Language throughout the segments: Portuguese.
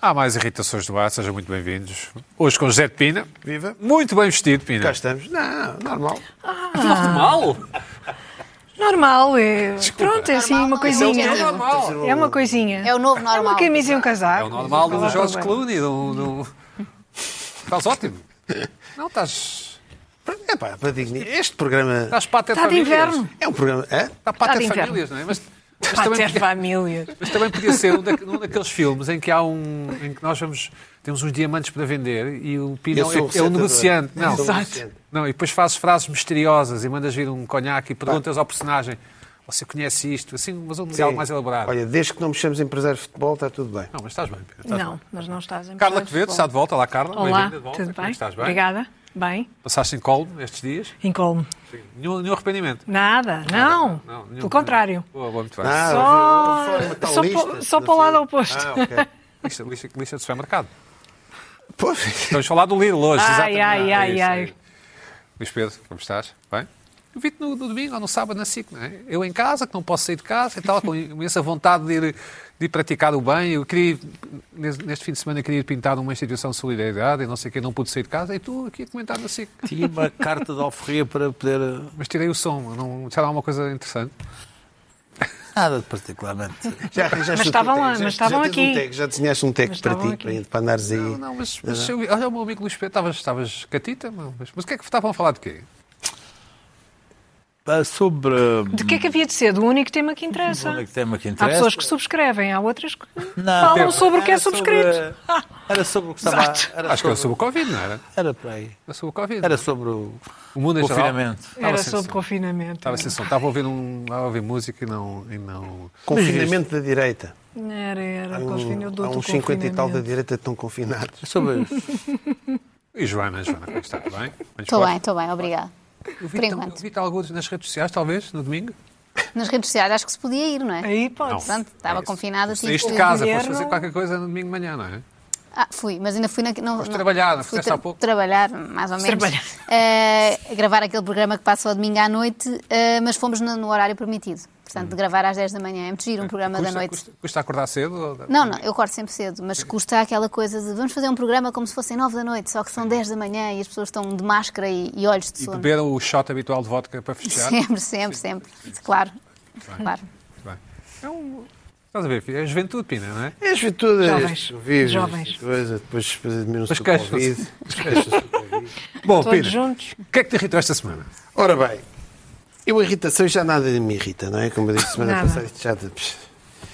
Há mais irritações do ar, sejam muito bem-vindos. Hoje com José de Pina. Viva. Muito bem vestido, Pina. Cá estamos. Não, normal. Normal? Normal, é. Pronto, é assim, uma coisinha. É normal. É uma coisinha. É o novo É normal. uma camisa e um casaco. É o Não normal há do Jorge problema. Clooney. Do, do... Estás ótimo. Não, estás. É pá, para digni- Este programa Estás para ter Está de famílias. inverno. é um programa. É? Está para Está ter de inverno. famílias, não é? Mas, mas Pá, também, ter podia, família. mas também podia ser um, da, um daqueles filmes em que há um. em que nós vamos. Temos uns diamantes para vender e o Pino Eu é, é sou o o recitador. negociante. Não, Eu sou o negociante. não, e depois fazes frases misteriosas e mandas vir um conhaque e perguntas ao personagem: Você conhece isto? Assim, mas um É diálogo Sim. mais elaborado. Olha, desde que não mexamos em empresário de futebol, está tudo bem. Não, mas estás bem, Pino. estás bem. Não, mas não estás em Carla processo. Quevedo está de volta. Olá, Carla. Olá, Bem-vinda de volta. tudo Como é que bem? Estás bem? Obrigada. Bem, Passaste em Colmo estes dias? encolme. Nenhum, nenhum arrependimento? Nada, não. Não, nenhum. Pelo contrário. Boa, boa, muito bem. Ah, Só- reforma tal só lista, para- só não para o sei. lado oposto. Ah, ok. Lista, lista, lista de supermercado. Pois, Vamos falar do Lidl hoje, Ai, exatamente. ai, É ai, isso, é ai. isso. Luís Pedro, como estás? Bem? Eu vi-te no, no domingo ou no sábado na SIC, não é? Eu em casa, que não posso sair de casa e tal, com imensa vontade de ir, de ir praticar o bem. Eu queria, ir- neste neste fim de semana, queria ir pintar numa instituição de solidariedade e não sei o quê, não pude sair de casa e tu aqui a comentar na SIC. Tinha uma carta de alforria para poder. eh, Mas tirei o som, não, será uma coisa interessante. Nada de particularmente. já arranjaste Mas o estavam teu lá, tag, já- mas estavam já tens um aqui. tag, já desenhaste um tag Mas para estavam ti, aqui. para, para andares aí. Um Não, não, mas, mas eu vi- olha o meu amigo Luís Pedro, estavas, estavas catita, meu, mas, mas o que é que estavam a falar de quê? Ah, Sobre. De que é que havia de ser? Do único tema que interessa. O único tema que Há interessa. pessoas que subscrevem, há outras que Não, falam sobre o que é era sobre- subscrito. Era sobre o que estava. Exato. Era Acho que sobre, era sobre o Covid, não era? Era para aí. Era sobre o Covid. é? Era sobre o o mundo em geral. confinamento. Era sem sobre som. confinamento. Estava sem som. Estava a ouvir, um, estava a ouvir música e não, e não... Confinamento da direita. Era, era, Há um- confinamento do Há uns 50 e tal da direita que estão confinados. é Sobre. E Joana, Joana, como é que está? Tudo bem? Estou bem, estou bem, obrigada. Eu por vi-te eu enquanto. vi-te alguns nas redes sociais, talvez, no domingo. Nas redes sociais acho que se podia ir, não é? Aí pode Pronto, estava confinada. tive É Saíste que- de casa, mulher foste fazer não- qualquer coisa no domingo de manhã, não é? Ah, fui, mas ainda fui na. Não, Foste não- trabalhar, fui fizeste há pouco. Trabalhar, mais ou menos. Trabalhar. Eh, gravar aquele programa que passa ao domingo à noite, eh, mas fomos no, no horário permitido. Portanto, de gravar às 10 da manhã. É muito giro um programa Hum. custa, da noite. Custa, custa acordar cedo? ou- Não, não, eu acordo sempre cedo, mas custa aquela coisa de vamos fazer um programa como se fossem 9 da noite, só que são 10 da manhã e as pessoas estão de máscara e, e olhos de E sono. beber o shot habitual de vodka para festejar? Sempre, sempre, sempre. Claro. claro. Muito bem. É um... Estás a ver, filho? é a juventude, Pina, não é? É a juventude, Jovens. este vírus, Jovens. esta coisa, depois, depois admiram-se Mas do queixam-se. Covid. Mas queixam-se do Covid. Bom, Todos Pina, juntos. O que é que te irritou esta semana? ora bem, eu a irritação já nada me irrita, não é? Como eu disse semana Nada. passada, isto já... psh,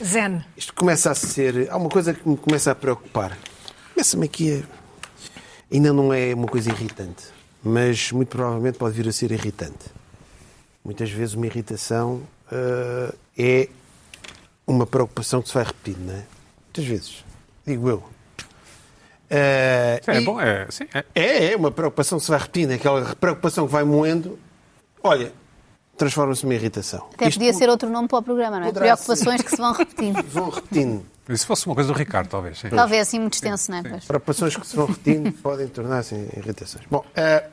Zen. Isto começa a ser... Há uma coisa que me começa a preocupar. Começa-me aqui a... Ainda não é uma coisa irritante, mas muito provavelmente pode vir a ser irritante. Muitas vezes uma irritação ah, é uma preocupação que se vai repetindo, não é? Muitas vezes. Digo eu. Ah, É e- bom, é, sim, é. É, é uma preocupação que se vai repetindo, é aquela preocupação que vai moendo. Olha, transforma-se numa irritação. Até Isto podia ser outro nome para o programa, não é? poderá ser. Preocupações que se vão repetindo. Vão repetindo. E se fosse uma coisa do Ricardo, talvez. Sim. Talvez assim muito extenso, não é? Pois. Preocupações que se vão repetindo podem tornar-se em irritações. Bom, ah,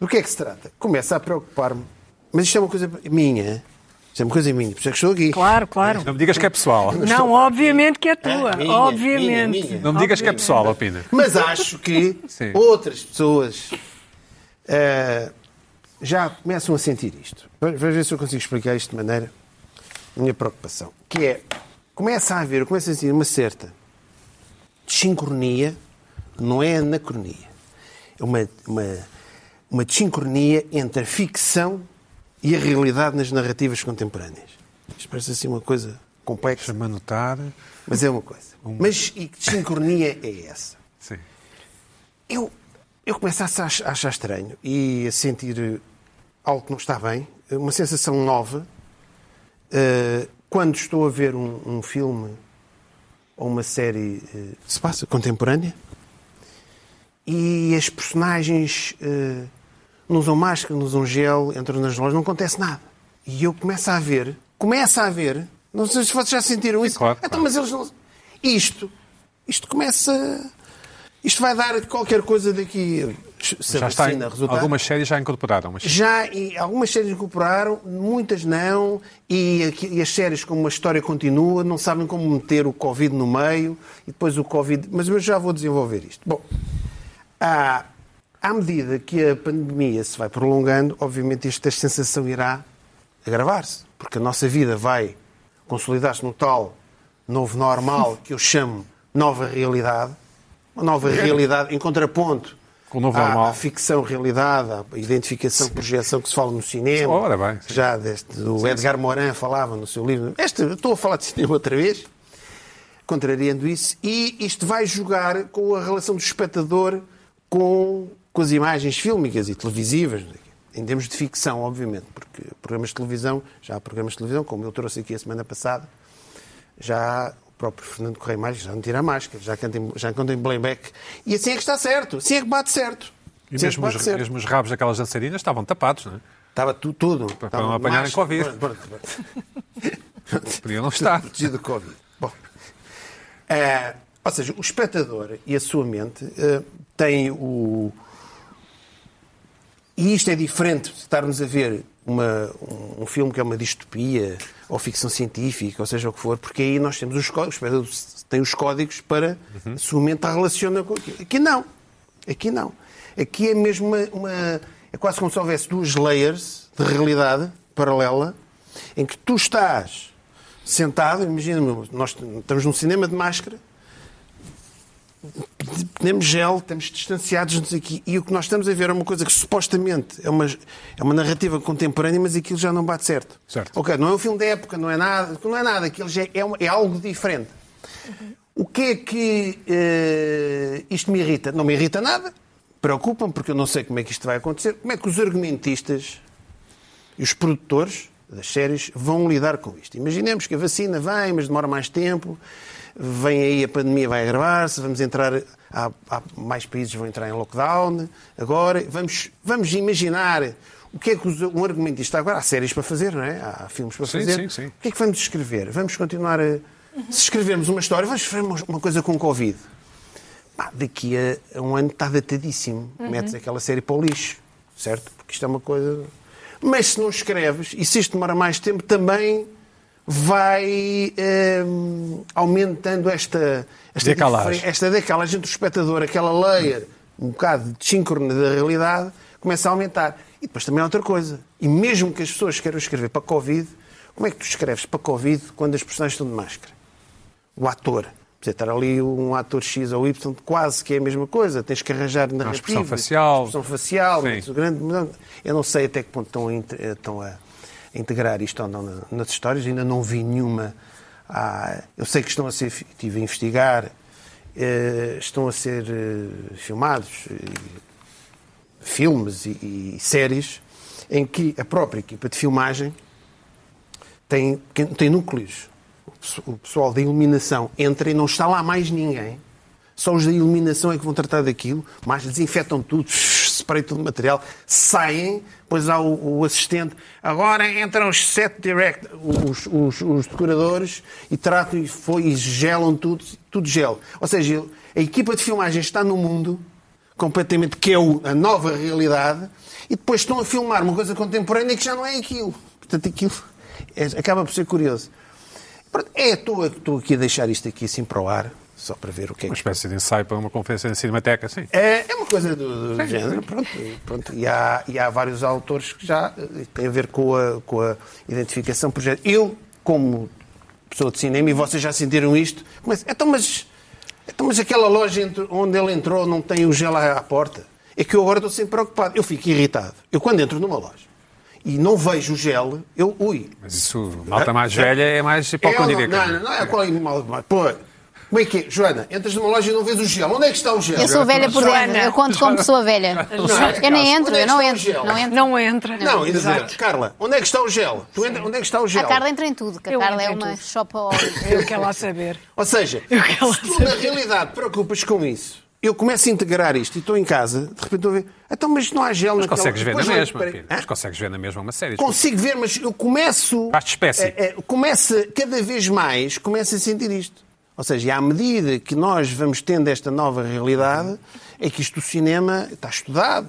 do que é que se trata? Começa a preocupar-me. Mas isto é uma coisa minha. Isto é uma coisa minha, por isso é que estou aqui. Claro, claro. Não me digas que é pessoal. Não, obviamente que é tua. É, minha, obviamente. minha, minha. Não me digas que é pessoal, opina. Mas acho que Sim. outras pessoas eh, já começam a sentir isto. Vamos ver se eu consigo explicar isto de maneira. A minha preocupação. Que é, começa a haver, eu começo a sentir uma certa sincronia, não é anacronia. É uma, uma, uma sincronia entre a ficção e a realidade nas narrativas contemporâneas. Isto parece assim uma coisa complexa, Deixa-me anotar. mas é uma coisa. Mas e que sincronia é essa? Sim. eu, eu começo a achar, a achar estranho e a sentir eh, algo que não está bem, eh, uma sensação nova. eh, quando estou a ver um, um filme ou uma série eh, que se passa contemporânea e as personagens eh, não usam máscara, não usam gel, entram nas lojas, não acontece nada. E eu começo a ver, começo a ver, não sei se vocês já sentiram isso, Claro, então, claro. mas eles não. Isto, isto começa Isto vai dar qualquer coisa daqui, se a Já está em- vacina resultar. algumas séries já incorporaram, mas Já e algumas séries recuperaram, muitas não, e, aqui- e as séries, como a história continua, não sabem como meter o Covid no meio, e depois o Covid. Mas eu já vou desenvolver isto. Bom, à, à medida que a pandemia se vai prolongando, obviamente esta sensação irá agravar-se, porque a nossa vida vai consolidar-se no tal novo normal que eu chamo nova realidade. Uma nova realidade em contraponto É. Com o novo à- normal. à ficção, realidade, a identificação, projeção que se fala no cinema. Ora bem, sim. Já deste, o Edgar Morin falava no seu livro. Este, eu estou a falar de cinema outra vez, contrariando isso. E isto vai jogar com a relação do espectador com, com as imagens fílmicas e televisivas. Em termos de ficção, obviamente, porque programas de televisão, já há programas de televisão, como eu trouxe aqui a semana passada, já o próprio Fernando Correia Mais já não tira a máscara, já canta em, já canta em playback. E assim é que está certo, assim é que bate certo. e Assim é que mesmo os, bate certo. mesmo os rabos daquelas dançarinas estavam tapados, não é? Estava tu, tudo. para não apanharem Covid. Podiam não estar. Protegido do Covid. Bom. Eh, ou seja, o espectador e a sua mente eh, têm o. E isto é diferente de estarmos a ver uma- um, um filme que é uma distopia ou ficção científica, ou seja o que for, porque aí nós temos os códigos, o espectador tem os códigos para a sua mente a relaciona com aquilo. Aqui não. Aqui não. Aqui é mesmo uma, uma- É quase como se houvesse duas layers de realidade paralela em que tu estás sentado, imagina, nós estamos num cinema de máscara, temos gel, estamos distanciados-nos aqui. E o que nós estamos a ver é uma coisa que supostamente é uma, é uma narrativa contemporânea, mas aquilo já não bate certo. Certo. Ok, não é um filme da época, não é nada, não é nada, aquilo já é, uma- é algo diferente. O que é que eh, isto me irrita? Não me irrita nada, preocupa-me, porque eu não sei como é que isto vai acontecer. Como é que os argumentistas e os produtores das séries vão lidar com isto. Imaginemos que a vacina vem, mas demora mais tempo, vem aí a pandemia vai agravar-se, vamos entrar, há, há mais países que vão entrar em lockdown agora, vamos, vamos imaginar o que é que os- um argumentista agora há séries para fazer, não é? Há filmes para Sim, fazer. sim, sim. O que é que vamos escrever? Vamos continuar a. Se escrevermos uma história, vamos escrever uma- uma coisa com Covid. Pá, daqui a, a um ano está datadíssimo. Metes aquela série para o lixo, certo? Porque isto é uma coisa. Mas se não escreves, e se isto demora mais tempo, também vai hum, aumentando esta, esta, Decalagem. diferen- esta decalagem do espectador, aquela layer um bocado de síncrona da realidade, começa a aumentar. E depois também há outra coisa. E mesmo que as pessoas queiram escrever para Covid, como é que tu escreves para Covid quando as personagens estão de máscara? o um ator. Quer dizer, estar ali um ator X ou Y quase que é a mesma coisa. Tens que arranjar narrativa. expressão facial. Expressão facial. Sim. mas o grande... Eu não sei até que ponto estão a, inte- eh, estão a integrar isto ou não na- nas histórias. Ainda não vi nenhuma. Ah, eu sei que estão a ser... Estive a investigar. eh, estão a ser eh, filmados eh, filmes e- e séries em que a própria equipa de filmagem tem, quem- tem núcleos. O pesso- O pessoal da iluminação entra e não está lá mais ninguém. Só os da iluminação é que vão tratar daquilo, mas desinfetam tudo, spray todo o material, saem, depois há o, o assistente. Agora entram os set direct, os, os, os decoradores, e tratam e, foi, e gelam tudo, tudo gel. Ou seja, a equipa de filmagem está no mundo, completamente, que é o- a nova realidade, e depois estão a filmar uma coisa contemporânea que já não é aquilo. Portanto, aquilo é- acaba por ser curioso. Pronto, é, estou estou aqui a deixar isto aqui assim para o ar, só para ver o que é Uma que... espécie de ensaio para uma conferência na Cinemateca, sim. É, é uma coisa do, do género, pronto. pronto. E, há, e há vários autores que já eh, têm a ver com a, com a identificação projeto. Eu, como pessoa de cinema, e vocês já sentiram isto, começo, então, mas, então, mas aquela loja entre- onde ele entrou não tem o gel à, à porta? É que eu agora estou sempre preocupado. Eu fico irritado. Eu, quando entro numa loja e não vejo o gel, eu, ui, Mas isso, malta mais velha, é mais hipocondríaca. é, não, não, não, é qual animal. mas, Pô, como é que é? Joana, entras numa loja e não vês o gel. Onde é que está o gel? Eu sou velha por dentro, eu conto como pessoa velha. Eu nem entro, eu não entro. Não entro. Não entra. Não, ainda Exato. dizer, Carla, onde é que está o gel? Tu entra, onde é que está o A gel? Carla entra em tudo, que a Eu Carla é entro em uma tudo. chopa óbvio. Eu quero lá saber. Ou seja, Eu quero se tu saber. na realidade te preocupas com isso, eu começo a integrar isto e estou em casa, de repente estou a ver, então, mas não há gel Mas naquela... consegues ver na Depois olho mesma, para- filho. Hã? Mas consegues ver na mesma uma série. Consigo ver, mas eu começo. Faz-te espécie. É, é, começa cada vez mais, começo a sentir isto. Ou Ou seja, e à medida que nós vamos tendo esta nova realidade, é que isto do cinema está estudado.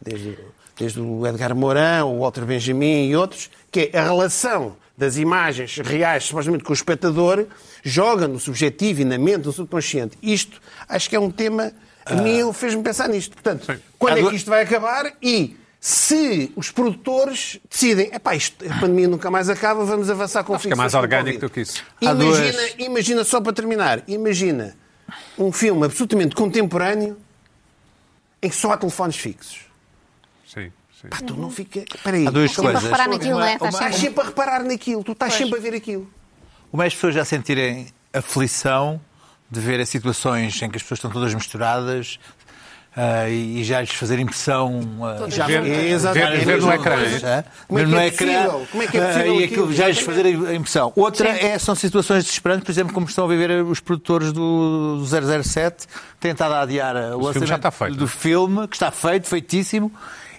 Desde, desde o Edgar Mourão, o Walter Benjamin e outros, que é a relação das imagens reais, supostamente com o espectador, joga no subjetivo e na mente, no subconsciente. Isto acho que é um tema. A mim ele fez-me pensar nisto. Portanto, quando Há é duas- que isto vai acabar e se os produtores decidem, epá, isto, a pandemia nunca mais acaba, vamos avançar com o Acho que é mais fixo, com o orgânico Covid." do que isso. Há duas- Imagina, imagina, só para terminar, imagina um filme absolutamente contemporâneo em que só há telefones fixos. Sim, sim. Pá, tu não fica. Espera aí. Há duas Sempre a coisas. reparar naquilo, não né? é? Tá Uma- Estás Estás sempre- sempre a reparar naquilo, tu estás sempre a ver aquilo. Como é as pessoas já sentirem aflição de verem situações em que as pessoas estão todas misturadas ah, e e já lhes fazer impressão. ah, já Ver- Exatamente. ver no ecrã, hein? é? Como é Ver que no é ecrã, possível? Como é que é possível ah, e aquilo? aquilo já lhes fazer a impressão. Outra é, são situações desesperantes, por exemplo, como estão a viver os produtores do, do 007, têm estado a adiar o lançamento já está feito. é? do filme, que está feito, feitíssimo,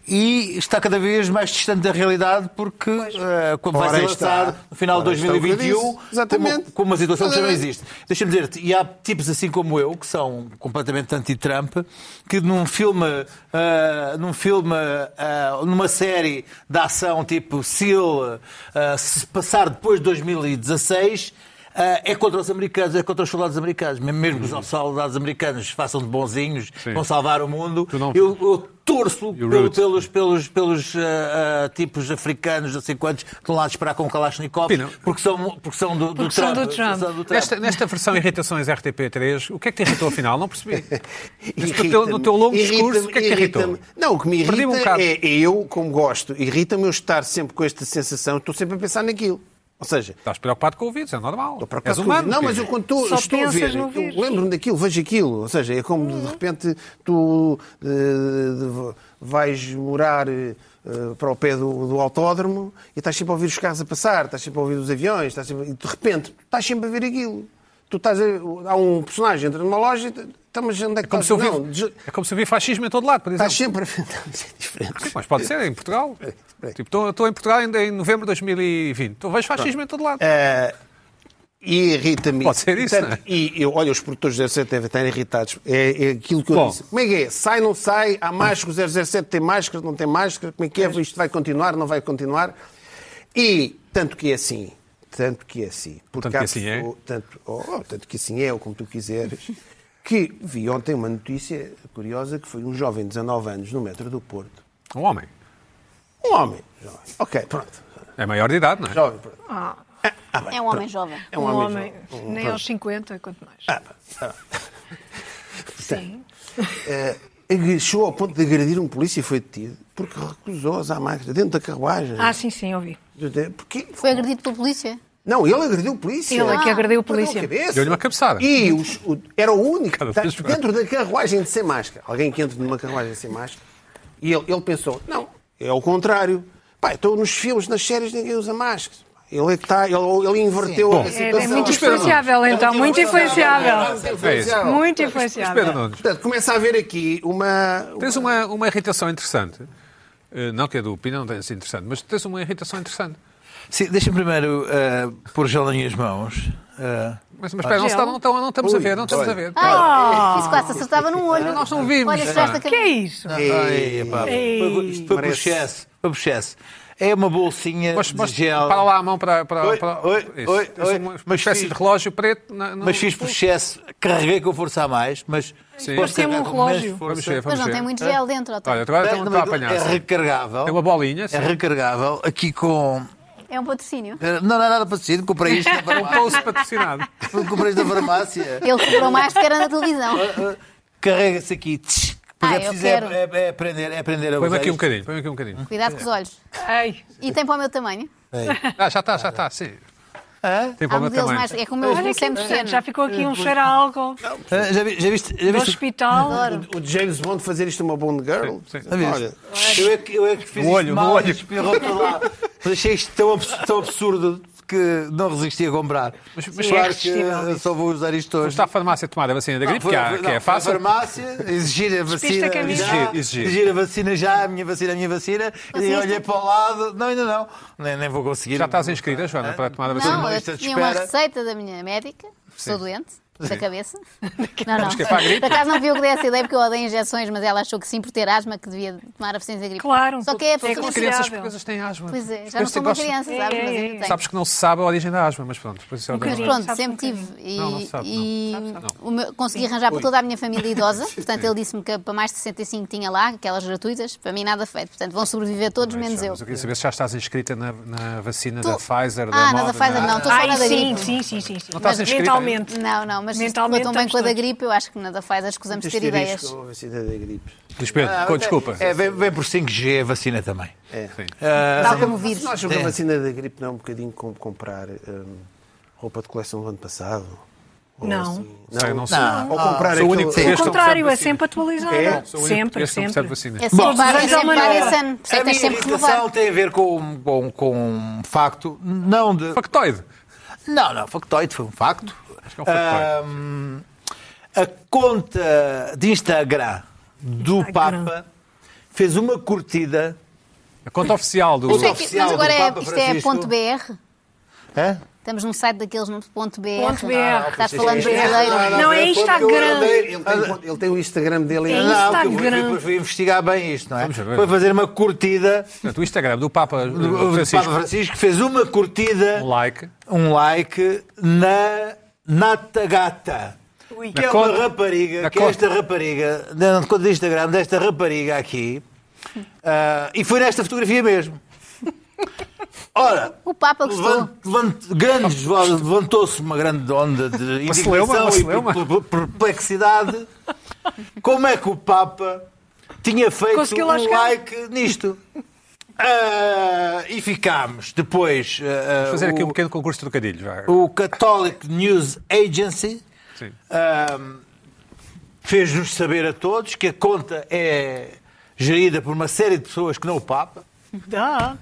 e está cada vez mais distante da realidade porque, ah, como vai Ora ser está. lançado no final de Ora está o que eu 2021, disse. Exatamente. eh, como, como uma situação que já não Exatamente. existe. Deixa-me dizer-te, e há tipos assim como eu, que são completamente anti-Trump, que num filme, ah, num filme ah, numa série de ação tipo SEAL, ah, se passar depois de 2016. ah, é contra os americanos, é contra os soldados americanos. Mesmo- Mesmo que os Uhum. nossos soldados americanos façam de bonzinhos, vão salvar o mundo. não- Eu, eu torço You pelo- root. pelos, pelos, pelos ah, ah, tipos africanos, não sei quantos, que estão lá a esperar com Kalashnikov, Pino. porque são, porque são do, do Porque são Trump. do Trump. São do Trump. Nesta, nesta versão Irritações RTP3, o que é que te irritou afinal? Não percebi. Mas no, teu, Irrita-me, no teu longo irrita-me, discurso, o que é que te irritou? irrita-me. Não, o que me irrita Perdi-me um bocado. é, é eu, como gosto, irrita-me eu estar sempre com esta sensação, estou sempre a pensar naquilo. Ou seja, Estás preocupado com o vírus, é normal. Estou preocupado És com humano. isso. Não, mas Pedro. eu quando tu, Só estou a pensas ver, no eu vírus. Hum. lembro-me daquilo, vejo aquilo. Ou seja, é como de repente tu eh, de- vais morar eh, eh, para o pé do, do autódromo e estás sempre a ouvir os carros a passar, estás sempre a ouvir os aviões, estás sempre, e de repente tu estás sempre a ver aquilo. Tu estás a, há um personagem, entra numa loja e está, mas onde é que Como estás? se eu vi- um Não, des- É como se eu vi fascismo em todo lado, por exemplo. Estás sempre a ver. Não, isso é diferente. Sim, mas pode ser, em Portugal. aí. Tipo, estou em Portugal ainda em novembro de 2020. Tu Então vejo fascismo em todo lado. É. E irrita-me. Pode ser isso, não Portanto, é? E eu, olha, os produtores do 07 devem estar irritados. É, é aquilo que eu Bom. disse. Como é que é? Sai, não sai? Há máscara? O 007 tem máscara? Não tem máscara? Como é que é? Isto vai continuar? Não vai continuar? E tanto que é assim. Tanto que é assim. Porque Tanto que há assim é? pessoa- Tanto, oh, oh, tanto que assim é, ou como tu quiseres. Que vi ontem uma notícia curiosa que foi um jovem de 19 anos no metro do Porto. Um homem. Um homem. jovem. Ok, pronto. É maior de idade, não é? Jovem, pronto. É um homem jovem. É Um, um Ah, homem. homem, jovem. nem aos 50, quanto mais. Sim. É, Chegou ao ponto de agredir um polícia e foi detido porque recusou usar a máscara dentro da carruagem. Ah, sim, sim, ouvi. Porque... Foi agredido pela polícia. Não, ele agrediu o polícia. Ele é que agrediu o Perdeu a polícia. cabeça. Deu-lhe uma cabeçada. E os- o- era o único Cada tá- vez mais. dentro da carruagem de sem máscara. Alguém que entra numa carruagem sem máscara. E ele, ele pensou, não, é o contrário. Pá, então nos filmes, nas séries, ninguém usa máscara. Ele é que está, ele, ele inverteu Bom. a É, situação. é muito influenciável, então, muito influenciável. É isso. Muito Mas Pedro influenciável. Nunes, Portanto, começa a haver aqui uma... tens uma, uma irritação interessante. Eh, Não que a do Pina não tenha sido interessante, mas tens uma irritação interessante. Sim, deixa-me primeiro ah, pôr gel nas minhas mãos. ah, Mas, mas espera, não, se está- não, estão- não estamos a ver, não estamos a ver. Ai, isso quase acertava num olho. Nós não vimos. Olha, chegaste a Que é caminho. isso? ai, epá, foi- isto foi por Parece- excesso. Foi por excesso. É uma bolsinha Mas, mas de gel. para lá a mão para. para, Oi, para- oi, isso. oi, Tens oi. uma Mas espécie fiz- de relógio preto. na- no- Mas fiz por excesso, carreguei com força a mais, mas Mas tem um carregar com menos relógio. força. Vamos ver, vamos Mas não ver. tem muito gel dentro, ou tem? Olha, agora Não, estão mas estão a apanhar. é sim. recargável. Tem uma bolinha, sim. É recargável, aqui com. É um patrocínio. eh, Não, não é nada parecido, comprei isto na Um farmácia. post patrocinado. comprei isto na farmácia. Ele cobrou mais porque era na televisão. Carrega-se aqui. tsh, Depois Ah, é eu preciso é, quero. é- é aprender, é aprender a usar Põe-me aqui um isto. bocadinho, põe-me aqui um bocadinho. Cuidado com os olhos. Ei, E tem para o meu tamanho. Ah, já está, já está, sim. Hã? Tem para Há o meu modelos tamanho. mais. É como eu olha uso que sempre interessante, pequeno. já ficou aqui um cheiro a álcool Ah, Já, vi- já viste? Já do viste? hospital. Adoro. O James Bond fazer isto uma Bond Girl? Sim, sim. Já viste? Olha, Eu é que, eu é que fiz No isto olho, mal, no olho. espirrou para lá. Mas achei isto tão, abs- tão absurdo que não resisti a comprar. Mas, mas claro é que irresistível eh, só vou usar isto hoje. Está a farmácia a tomar a vacina da gripe, Não, foi- que, há- foi- que não, é foi à fácil. farmácia, exigir a vacina. a camisa. já, Exigir, exigir. a vacina já, a minha vacina, a minha vacina. E Vocês olhei estão- para o lado. Não, ainda não. Nem, nem vou conseguir. Já estás inscrita, Joana, para tomar a vacina? Não, eu lista de tinha uma espera. receita da minha médica, estou doente, Da cabeça? Não, não. Acho que é para a gripe. Por acaso não vi o que dei essa ideia porque eu odeio injeções, mas ela achou que sim, por ter asma, que devia tomar a da gripe. Claro, um Só que é a pouco- é pessoa As que aconselhável. crianças portuguesas têm asma. Pois é, já não Parece que sou uma gostam- criança, É, sabes? Mas é, ainda é. tenho. Sabes que não se sabe a origem da asma, mas pronto. Por isso é o Um bocadinho. drama. Pronto, Sabe sempre um tive. E, Não, não sabe, não. e Sabe, sabe. o meu- consegui arranjar para toda a minha família idosa. Portanto, ele disse-me que para mais de 65 tinha lá, aquelas gratuitas. Para mim, nada feito. Portanto, vão sobreviver todos, menos eu. Mas eu queria saber se já estás inscrita na, na vacina Tu- da Pfizer, da Ah, na da Moderna. Pfizer não, estou só na Ai, da sim, gripe. sim, sim, sim. sim. estás Mas inscrita, mentalmente. Não, não, mas se Mentalmente estou bem com a da estamos gripe, eu acho que na da Pfizer escusamos de ter ideias. a vacina da gripe. Luís Pedro, co- desculpa. É, vem, vem por 5G a vacina também. É. Tal como o vírus. Não acham que a É. vacina da gripe não é um bocadinho como comprar hum, roupa de coleção do ano passado? Ou assim. Não. Sei, não sei. Ou comprar Sou o único aquele... que Ao Este é o contrário, é vacina. sempre atualizada. um É? Sou o único Sempre, português que não sempre. recebe vacinas. É sempre Bom, várias, mas é uma sempre várias nova. ano. A Portanto, é minha sempre renovar. irritação tem a ver com, com, com um facto, não de... Factoide. Não, não, factoide foi um facto. que é um factoide. Ahm, a conta de Instagram do Instagram. Papa fez uma curtida... A conta oficial do. Isto é que- oficial Mas do agora é, Papa isto é Francisco. ponto .br. Hã? Estamos num site daqueles no ponto .br. Ponto BR. Ah, Estás falando brasileiro. Não, é Instagram. Ele É tem, um, ele tem o Instagram dele É isso. Não, em que eu vou- Instagram. depois fui investigar bem isto, não é? Vamos ver. Foi fazer uma curtida. Portanto, o Instagram do Papa O uh, Papa Francisco. Francisco fez uma curtida, Um like. um like na Nata Gata. Ui. Que Na é conta- uma rapariga, na que é conta. esta rapariga, na conta do Instagram desta rapariga aqui. ah, e foi nesta fotografia mesmo. Ora, O Papa gostou. Levant- levant- grandes vozes- Levantou-se uma grande onda de Uma celeuma, indignação uma e celeuma. per- per- perplexidade. Como é que o Papa tinha feito Conseguiu um lá chegar. like nisto? Ah, e ficámos depois. ah, ah, Fazer aqui o, um pequeno concurso de trocadilhos. vá. o Catholic News Agency Sim. ah, fez-nos saber a todos que a conta é gerida por uma série de pessoas que não o Papa. assim. Dá.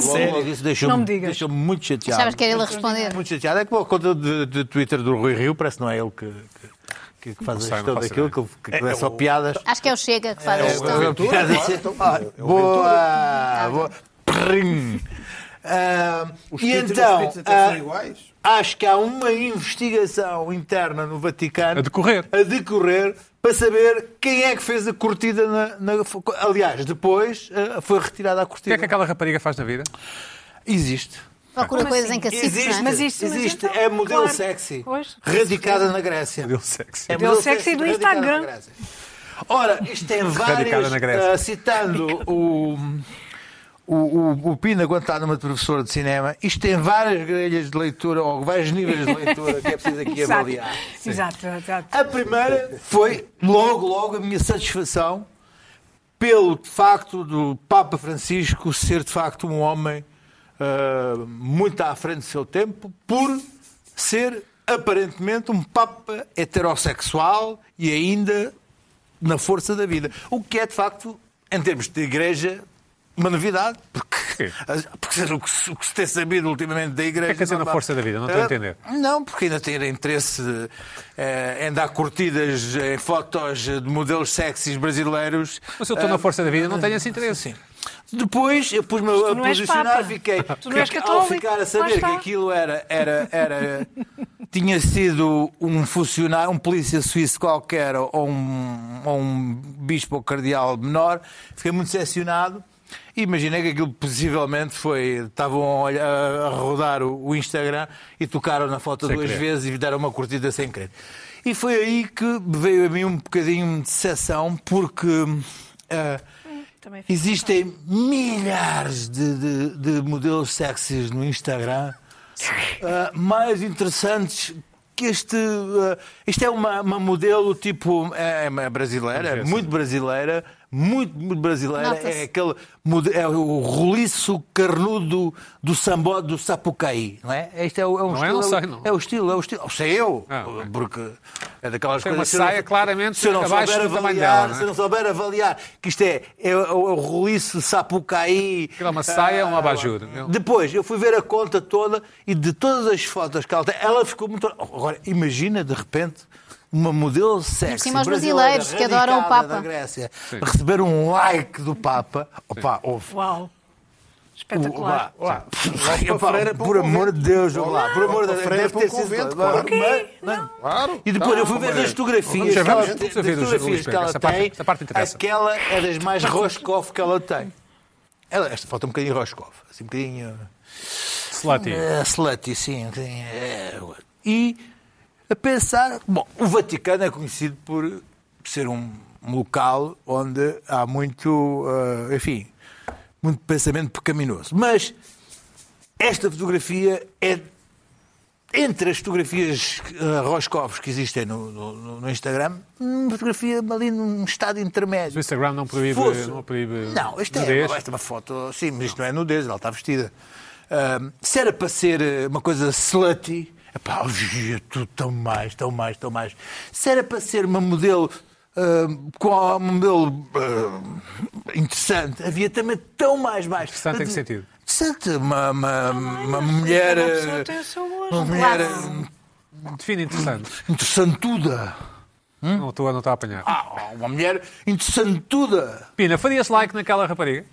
Sério? Isso deixou-me Não me digas. deixou-me muito chateado. Achavas que era ele a responder. Muito chateado. É que a conta de, de Twitter do Rui Rio, parece que não é ele que, que, que faz Não a sei, gestão não faço daquilo, que, ideia. que, é, só piadas. Acho que é o Chega que faz a É, gestão. Ventura, piadas. claro, então, Ah, é o boa! boa. Prim. Tá Ah, e então, ah, iguais. acho que há uma investigação interna no Vaticano A decorrer. a decorrer para saber quem é que fez a curtida. Na, na- aliás, depois ah, foi retirada a O que curtida. é que aquela rapariga faz na vida? Existe. Procura Como coisas em assim? que assiste, Existe, não é? Mas isto- mas existe. então, é modelo claro. sexy, Pois. radicada na Grécia. Deu sexy. É Modelo sexy do radicada Instagram. na Grécia. Ora, isto tem várias, na Grécia. ah, citando o, o, o, o Pina Guantánamo de professor de cinema, isto tem várias grelhas de leitura, ou vários níveis de leitura que é preciso aqui Exato. avaliar. Exato, exato. A primeira foi logo, logo a minha satisfação pelo facto do Papa Francisco ser de facto um homem ah, muito à frente do seu tempo, por ser aparentemente um Papa heterossexual e ainda na força da vida. O que é de facto, em termos de igreja, uma novidade, porque, porque o, que se, o que se tem sabido ultimamente da igreja. O que é que quer dizer não na dá- força da vida? Não estou a Ah, entender. não, porque ainda ter interesse eh, em dar curtidas em fotos de modelos sexys brasileiros. Mas eu estou na força da vida, não tenho esse interesse. Sim. Depois eu pus-me a não és posicionar papa. e fiquei. Tu não és Ao católico. ficar a Lá saber que está. aquilo era. era, era tinha sido um funcionário, um polícia suíço qualquer ou um, ou um bispo ou cardeal menor, fiquei muito decepcionado. e Imaginei que aquilo possivelmente foi. Estavam a, olhar- a rodar o, o Instagram e tocaram na foto Sem duas querer. vezes e deram uma curtida sem querer. E foi aí que veio a mim um bocadinho de decepção, porque. ah, Também fiz. Existem milhares de, de- de modelos sexys no Instagram ah, mais interessantes que este. ah, isto é uma, uma modelo tipo. É, é uma brasileira, é muito brasileira, muito, muito brasileira. Nota-se. É aquele. mode- É o roliço carnudo do sambó do Sapucaí, não é? Este é, o- é um Não é? estilo. Não sei, não. É o estilo, é o estilo. Sei eu, Ah, ok. porque é daquelas Tem uma coisas. se eu não- saia claramente se eu não abaixo souber do tamanho avaliar, dela, não é? se eu não souber avaliar que isto é, é, o- é o roliço sapucaí. Ah, Aquilo é uma saia, um abajur. Depois, eu fui ver a conta toda e de todas as fotos que ela tem, ela ficou muito. Agora, imagina de repente uma modelo por sexy cima, os brasileira, brasileiros que adoram o radicada Papa. da Grécia, receber um like do Papa. Opa, houve Uau. Espetacular. Olá. Eu Ferreira, por amor de Deus, vamos lá, por amor de Deus, Ferreira deve para um ter sido. convento, Mas- claro. mas- não. é? Claro. E depois eu fui ver as fotografias Vamos que ver, ela, vamos ver das os Luís fotografias que Pedro, ela essa parte- tem. essa parte interessa. Aquela é das mais Roscoff que ela tem. Ela, esta falta um bocadinho Roscoff, assim um bocadinho. Selati. É, slutty, sim. um bocadinho, é, E a pensar. Bom, o Vaticano é conhecido por ser um, um local onde há muito. ah, enfim, muito pensamento pecaminoso. Mas esta fotografia é. Entre as fotografias ah, Roscovos que existem no, no- no Instagram, uma fotografia ali num estado intermédio. O Instagram não proíbe. Fosse. Não, proíbe Não, isto é, nudez. esta é uma foto, sim, mas isto não é nudez, ela está vestida. Ahm, se era para ser eh, uma coisa slutty, epá, via tudo tão mais, tão mais, tão mais. Se era para ser uma modelo ahm, com um modelo ahm, interessante, havia também tão mais, mais. Interessante em que sentido? Interessante, uma, uma, uma mulher. Cada pessoa eh, tem o seu gosto. Uma mulher Define interessante. eh, interessantuda. Hum? Não estou não estou a apanhar. Ah, uma mulher interessantuda. Pina, farias like naquela rapariga?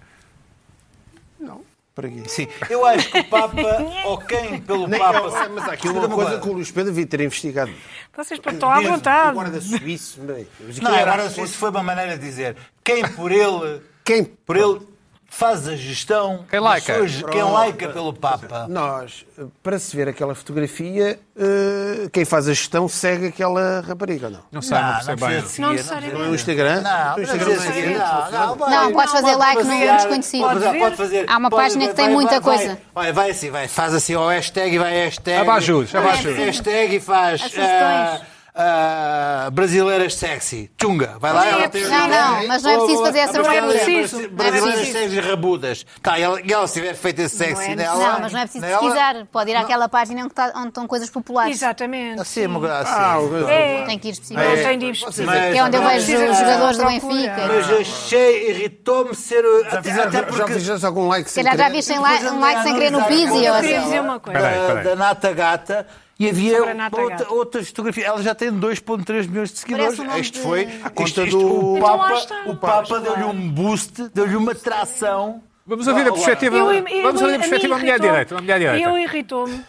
Para quê? Sim, eu acho que o Papa, ou quem pelo Nem- Papa. é, mas há aqui uma Escuta-me coisa agora. que o Luís Pedro devia ter investigado. Vocês estão à vontade. O guarda suíço. bem, é? mas Não, aquilo era- agora isso foi uma maneira de dizer. Quem por ele, Quem- por ele faz a gestão, Quem laica. das suas- quem laica pelo Papa. Nós, para se ver aquela fotografia, eh, quem faz a gestão segue aquela rapariga, ou não? Não sei, não, percebo bem. precisa de Não seguir, necessariamente. No Instagram? Não, é um Então No não Instagram precisa de seguir, não, não, vai. Não, podes fazer pode like num fazer. assim, desconhecido. Pode fazer, pode fazer. Há uma Pode- página que vai- tem vai- muita vai- coisa. Vai, vai assim, vai. Faz assim ao hashtag e vai hashtag. Abajur, abajur. Hashtag e faz. As sugestões. ah, ah, brasileiras sexy. Chunga, vai lá. Não, ela é tem- preciso. Não, não, mas não é preciso fazer essa Não é procura. preciso. Não é Brasileiras preciso. sexy e rabudas. Tá, e ela, e ela se tiver feito esse sexy é nela. Não, mas não é preciso nela- pesquisar. Pode ir àquela página onde, tá- onde estão coisas populares. Exatamente. Assim, uma coisa assim. Ah, É. Tem que ir Não especificamente. tem de investir. Mas- Que é onde eu Não vejo precisa os de jogadores do procura. Benfica. Mas achei, irritou-me ser. Já até, fizeram- até já porque. fizeste algum like Se sem calhar já querer? viste em like- um like sem querer no Pizzi ou Eu queria assim. dizer uma coisa. Espera aí, da- espera aí. da Nata Gata e havia Sobre a Nata outra- Gata. outras fotografias. Ela já tem 2,3 milhões de seguidores. Parece um nome Este de- foi À conta Ah, isto- isto- do- O Então lá Papa, está. o Papa deu-lhe um boost, deu-lhe uma tração. Vamos ouvir a perspectiva. Eu- eu- Vamos ouvir eu- a perspectiva da mim mulher irritou-me. direita. Uma mulher direita. Eu irritou-me.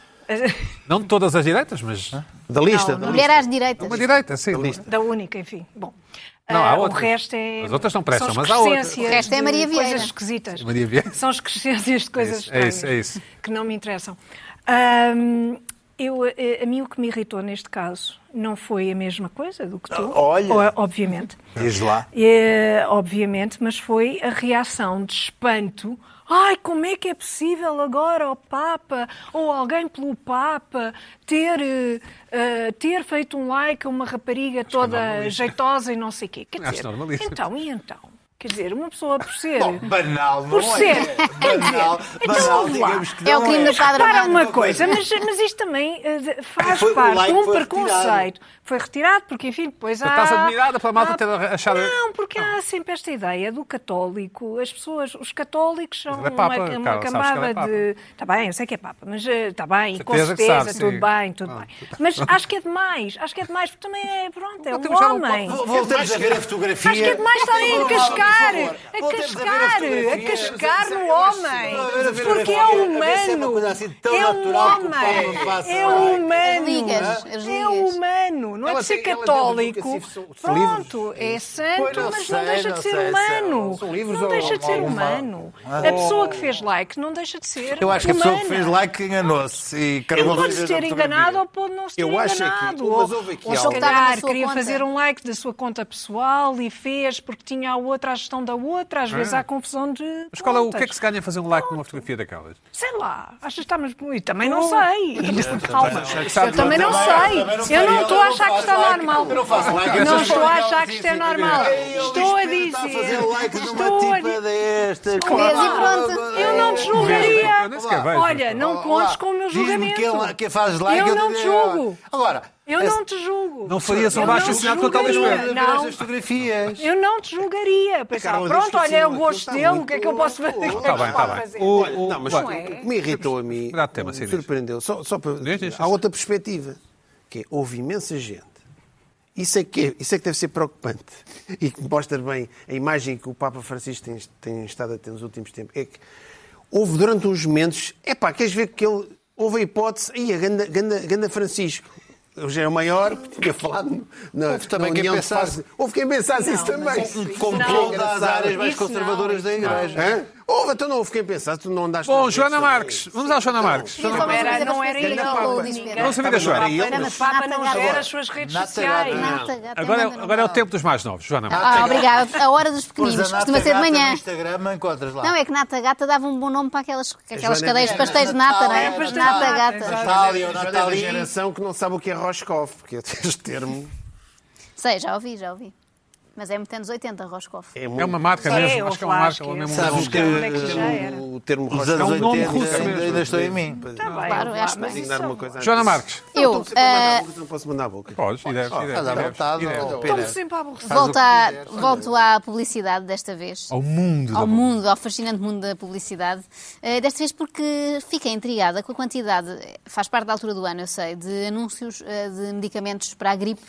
Não de todas as direitas, mas. Da lista? Não, da não. lista. Mulher às direitas. Uma direita, sim. Da única, enfim. Bom. Não, há Ah, outras. O resto é. As outras não prestam, são mas há outras. É excrescências O resto é de Maria Vieira. Coisas esquisitas. Maria Vieira. São excrescências de coisas isso, é isso, estranhas é isso. que não me interessam. Ahm, eu, eh, a mim o que me irritou neste caso não foi a mesma coisa do que tu, Ah, Olha. o- obviamente. Diz lá. É, obviamente, mas foi a reação de espanto. Ai, como é que é possível agora o Papa ou alguém pelo Papa ter, eh, eh, ter feito um like a uma rapariga toda jeitosa e não sei o quê? Quer Acho dizer, normalíssimo. então, e então? Quer dizer, uma pessoa por ser. Bom, banal, não Por é? ser. Quer dizer, Banal, então banal, vamos lá. digamos que não É o crime é. do padre Para Amaro. uma coisa, mas, mas isto também eh, de- faz Foi- o parte de like um foi preconceito. retirado. Foi retirado porque, enfim, depois há... estás admirada pela malta ter achado- Não, porque há sempre esta ideia do católico. As pessoas, os católicos são Mas ele é Papa, uma, uma Carla, sabes que ele camada é Papa. de... Está bem, eu sei que é Papa, mas eh, está bem, com Certeza que certeza, sabe, tudo sim. bem, tudo Ah, bem. Mas acho que é demais, acho que é demais, porque também é, pronto, é Então um temos já um homem. Vol- Voltamos a ver a fotografia. Acho que é demais estarem a Por favor, cascar, por favor. a Voltemos ver cascar, fotografia. a cascar no homem. Voltamos a ver a Porque é fotografia, a ver se é uma humano. coisa assim tão É um natural que o Papa homem. faça. É humano. Ligas, as É ligas. humano. Não é Ela de ser tem- ela tem católico. educação, são- são Pronto, é santo, assim, Pois, não mas não sei, deixa não de ser sei, humano. são livros Não ou deixa de ser alguma- humano. A pessoa que fez like não deixa de ser Ah. Eu acho que a pessoa que fez humana. like enganou-se e Ele carregou pode várias se vezes ter na enganado fotografia. ou pode não se ter Eu acho é que- enganado. mas ou houve aqui ou se algo. Estava na calhar sua queria conta. fazer um like da sua conta pessoal e fez porque tinha a outra a gestão da outra, às vezes há confusão de. Mas qual é o que é que contas. se ganha em fazer um like numa fotografia daquelas? Tá Sei lá, achas que está mais bonito? Também não sei. Calma, sabe, eu também não sei. Eu não estou a achar que está normal. Eu não faço like. Não essas estou a coisas. achar que isto é normal. Ei, o Estou a Luís Pedro está a dizer. fazer like numa Estou a tipa dizer. destas. Vês e pronto. Eu não te julgaria. Eu nem sequer vejo. Olha, não contes com o meu Diz-me julgamento. quem lá- quem faz like, Eu eu não te te digo. "Ah, julgo. Agora, Eu essa- não te julgo. Não farias um é Eu baixo não assinado com aquela julgaria, espera. Não, Estas fotografias. eu não te julgaria. Pensava, Carla, pronto, Deus olha, é o que gosto está dele, muito- o que é que eu posso fazer? O que é que Está se bem, pode está bem. fazer? O- o- Não, mas vai. o é. que me irritou a mim, Mudar de tema, sim, me diz. surpreendeu. Só, só para, Diz, diz, diz. há outra perspectiva, que é, houve imensa gente. Isso é, que é- isso é que deve ser preocupante e que mostra bem a imagem que o Papa Francisco tem, tem estado a ter nos últimos tempos. É que houve durante uns momentos, epá, queres ver que ele, houve a hipótese, aí a ganda, ganda, ganda Francisco, eu já é o maior, que tinha falado na, Houve também na quem união de pensasse- face- Houve quem pensasse isso Não, mas também. é isso- isso Complô não. das áreas mais Isso não, conservadoras da isso não. Igreja. Hã? Houve, então não houve quem pensasse, tu não é andaste... nas Bom, redes Joana sociais. Marques. Vamos à Joana Marques. Não Joana Não Marques. era, não era Não, ele. não, ninguém. não sabia da Joana. Papa Era ele. não- Papa não Nada, gera nada. as suas redes Nada, sociais. nada. Nata gata, Agora, é- manda no agora é o mal. tempo dos mais novos. Joana Marques. Ah, obrigada. A hora dos Pôs a pequeninos costuma ser nata de gata No manhã. Instagram encontras lá. Não, é que Nata Gata dava um bom nome para aquelas, aquelas Joana cadeias de Gata. pastéis de Ah, Nata, não é? É, pastéis de Nata nata, Gata. exato. Natália ou Joana é da um Natália. geração que não sabe o que é Roscoff, porque este termo Sei, já ouvi, já ouvi. Mas é muito anos 80, Roscoff. é muito... É uma marca Sim, mesmo. eu Acho que é uma marca. acho é um que- mesmo Sabes nome. que Onde é que já era? O termo os Roscoff anos um nome 80 russo ainda, mesmo. ainda estou em mim. Tá bem, Claro, vá, acho mas bem. isso Dar é uma bom. coisa Joana antes. Marques. Eu, Não, estou sempre a mandar eh, à boca, não posso mandar à boca. Podes, e deves, e Estás à deves, vontade. é? e deves. ó, Estou-me Pena. sempre a aborrecer. volto, à, volto à publicidade desta vez. Ao mundo. da Ao bola. mundo, ao fascinante mundo da publicidade. Eh, desta vez porque fiquei intrigada com a quantidade, eh, faz parte da altura do ano, eu sei, de anúncios eh, de medicamentos para a gripe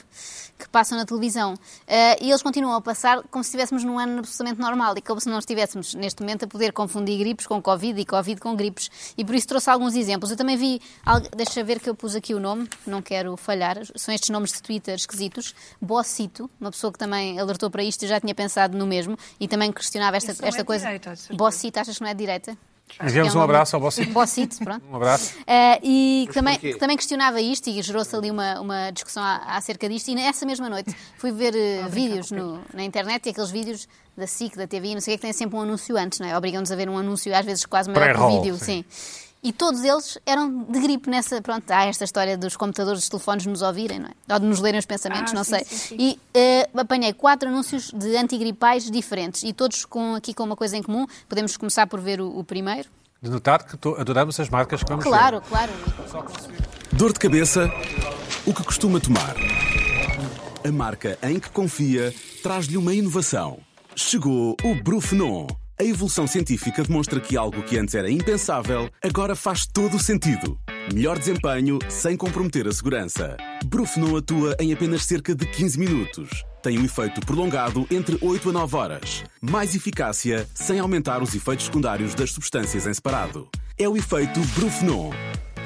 que passam na televisão. Eh, e eles continuam a passar como se estivéssemos num ano absolutamente normal e como se não estivéssemos, neste momento, a poder confundir gripes com Covid e Covid com gripes. E por isso trouxe alguns exemplos. Eu também vi, al- deixa ver que eu pus aqui o nome, não quero falhar, são estes nomes de Twitter esquisitos. Bossito, uma pessoa que também alertou para isto e já tinha pensado no mesmo e também questionava esta, Isso não é esta coisa. direita, de certeza. Bossito, achas que não é direita? Enviamos um abraço ao Bossito. Bossito, pronto. Um abraço. Eh, e que também, porquê? que também questionava isto e gerou-se ali uma, uma discussão a- acerca disto. E nessa mesma noite fui ver eh, Ah, vídeos no- na internet e aqueles vídeos da SIC, da TV, não sei o que, que têm sempre um anúncio antes, não é? Obrigam-nos a ver um anúncio às vezes quase maior que o Pré-roll, vídeo. Sim. E todos eles eram de gripe nessa. Pronto, há esta história dos computadores, dos telefones nos ouvirem, não é? Ou de nos lerem os pensamentos, Ah, não sim, sei. sim, sim. E eh, apanhei quatro anúncios de antigripais diferentes e todos com, aqui com uma coisa em comum. Podemos começar por ver o, o primeiro. De notar que to- adoramos as marcas que vamos ver. Claro, claro. Dor de cabeça? O que costuma tomar? A marca em que confia traz-lhe uma inovação. Chegou o Brufenon. A evolução científica demonstra que algo que antes era impensável agora faz todo o sentido. Melhor desempenho sem comprometer a segurança. Brufenon atua em apenas cerca de 15 minutos. Tem um efeito prolongado entre 8 a 9 horas. Mais eficácia sem aumentar os efeitos secundários das substâncias em separado. É o efeito Brufenon.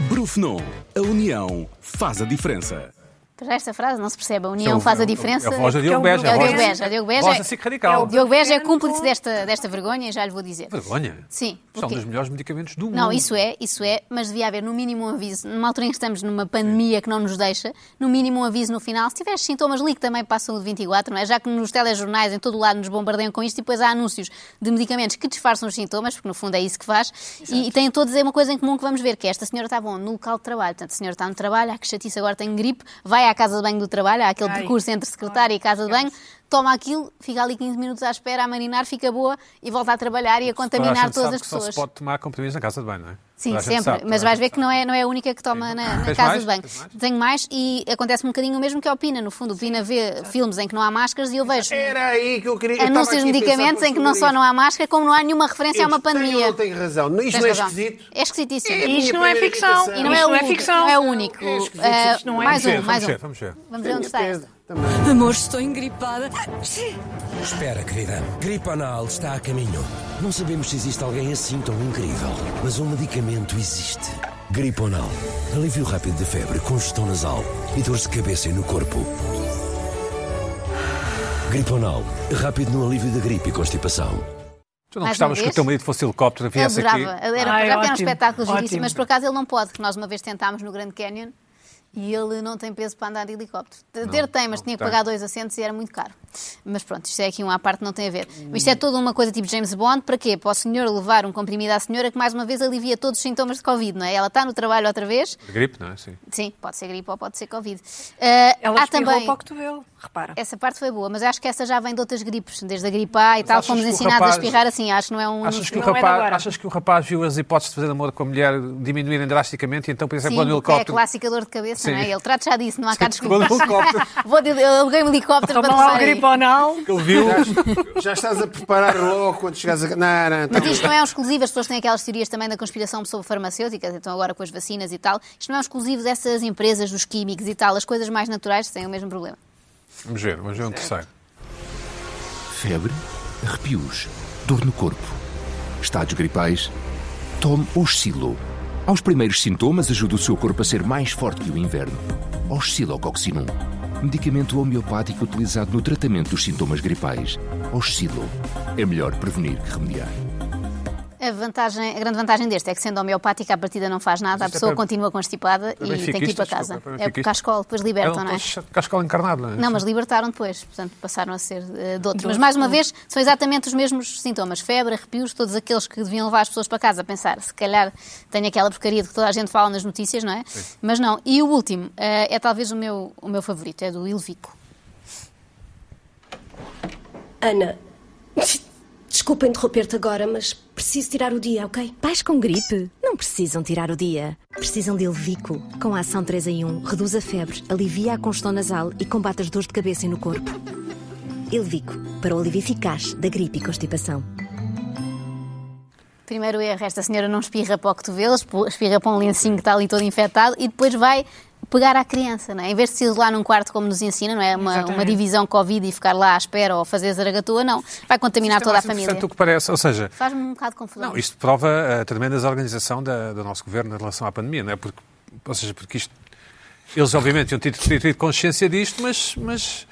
Brufenon. A união faz a diferença. Para esta frase não se percebe. A é união faz a diferença. A voz do Diogo Porque Beja. É o Diogo Diogo Beja. O Diogo Beja, Voz da SIC Radical. O Diogo Beja é Governo cúmplice com- desta, desta vergonha, já lhe vou dizer. Vergonha. Sim, São porquê? dos melhores medicamentos do mundo. Não, isso é, isso é, mas devia haver no mínimo um aviso. Numa altura em que estamos numa pandemia que não nos deixa, no mínimo um aviso no final. Se tiveres sintomas, ligue também para a Saúde 24, não é? Já que nos telejornais, em todo o lado, nos bombardeiam com isto e depois há anúncios de medicamentos que disfarçam os sintomas, porque no fundo é isso que faz. E, e têm todos uma coisa em comum que vamos ver, que é esta senhora está bom no local de trabalho. Portanto, a senhora está no trabalho, há que chatice, agora tem gripe, vai à casa de banho do trabalho, há aquele Ai. percurso entre secretária e casa de banho. Toma aquilo, fica ali 15 minutos à espera, a marinar, fica boa e volta a trabalhar e a Toda a contaminar gente todas sabe as que Só pessoas. se pode tomar comprimidos na casa de banho, não é? Sim, Toda a gente sempre. sabe, toda mas a vais gente ver que não é, não é a única que toma na, na Tens casa mais? de banho. Tens mais? Tenho mais e acontece-me um bocadinho o mesmo que a Pina. No fundo, o Pina vê filmes em que não há máscaras e eu vejo Era aí que eu queria... eu estava anúncios de aqui a pensar medicamentos em que não sobre só não há máscara, como não há nenhuma referência isso. a uma Eu tenho ou pandemia. não tenho razão. Isto Tens não é razão. esquisito. É esquisíssimo. É a E minha Isto não é primeira ficção. irritação. e não é, isto o não é único, ficção. não é o único. É esquisito, Ah, isto não é. mais Vamos ver, um, mais um. vamos ver, vamos ver. Vamos ver onde está esta. Amor, estou engripada. Espera, querida. Gripe anal está a caminho. Não sabemos se existe alguém assim tão incrível, mas um medicamento existe. Gripe anal. Alívio rápido de febre, congestão nasal e dores de cabeça e no corpo. Gripe anal. Rápido no alívio da gripe e constipação. Tu não Mais gostavas uma que o vez? teu marido fosse helicóptero, Ele viesse adorava. aqui. Ele Era, Ai, já que era um Ah, é ótimo, espetáculo giríssimo, ótimo. mas por acaso ele não pode, que nós uma vez tentámos no Grande Canyon e ele não tem peso para andar de helicóptero. De- Ter tem, mas não tinha que tem. pagar dois assentos e era muito caro. Mas pronto, isto é aqui um à parte, não tem a ver. Isto é toda uma coisa tipo James Bond, para quê? Para o senhor levar um comprimido à senhora que mais uma vez alivia todos os sintomas de Covid, não é? Ela está no trabalho outra vez, Gripe, não é? Sim. sim, pode ser gripe ou pode ser Covid. Ah, Ela há espirrou também. para o cotovelo, repara. Essa parte foi boa, mas acho que essa já vem de outras gripes, desde a gripe A e tal, achas fomos que o ensinados rapaz- a espirrar assim, acho que não é um. Achas que, o Não é de rapaz, agora. achas que o rapaz viu as hipóteses de fazer amor com a mulher diminuírem drasticamente e então, por exemplo, Sim, no porque é a helicóptero. clássica dor de cabeça, Sim. não é? Ele trata já disso, não há cá Vou desculpas. no helicóptero. Vou de, eu aluguei um helicóptero Toma lá para o levar aí. griponal. Ele viu. Já estás a preparar logo quando chegares a... Não, não, tá Mas bem. isto não é um exclusivo, as pessoas têm aquelas teorias também da conspiração sobre farmacêuticas, então agora com as vacinas e tal. Isto não é um exclusivo dessas empresas, dos químicos e tal. As coisas mais naturais têm o mesmo problema. Vamos ver, vamos ver um terceiro. Febre, arrepios, dor no corpo, estados gripais, Tome Oscilo. Aos primeiros sintomas, ajuda o seu corpo a ser mais forte que o inverno. Oscilococcinum. Medicamento homeopático utilizado no tratamento dos sintomas gripais. Oscilo. É melhor prevenir que remediar. A, vantagem, a grande vantagem deste é que, sendo homeopática, a partida não faz nada, a Isto é pessoa para- continua constipada para e tem que ir benfiquistas, para casa. desculpa, para É porque benfiquistas. cascol, depois Eram libertam, não é? todos Cascal um encarnado, não é? Não, mas libertaram depois, portanto passaram a ser eh, de outros. Mas mais uma vez, são exatamente os mesmos sintomas: febre, arrepios, todos aqueles que deviam levar as pessoas para casa a pensar, se calhar tenho aquela porcaria de que toda a gente fala nas notícias, não é? Mas não. E o último eh, é talvez o meu, o meu favorito, é do Ilvico. Ana, desculpa interromper-te agora, mas preciso tirar o dia, ok? Pais com gripe não precisam tirar o dia. Precisam de Elvico. Com a ação 3 em 1, reduz a febre, alivia a congestão nasal e combate as dores de cabeça e no corpo. Elvico, para o alívio eficaz da gripe e constipação. Primeiro erro, esta senhora não espirra para o cotovelo, espo- espirra para um lencinho que está ali todo infectado e depois vai pegar à criança, não é? Em vez de se isolar num quarto como nos ensina, não é? Uma, uma divisão Covid e ficar lá à espera ou fazer zaragatoa, não. Vai contaminar Isto é toda a mais família. interessante do que parece. Ou seja, Faz-me um bocado de confusão. Não, isto prova a tremenda desorganização da, do nosso governo em relação à pandemia, não é? Porque, ou seja, porque isto. Eles, obviamente, tinham tido, tido- tido consciência disto, mas. mas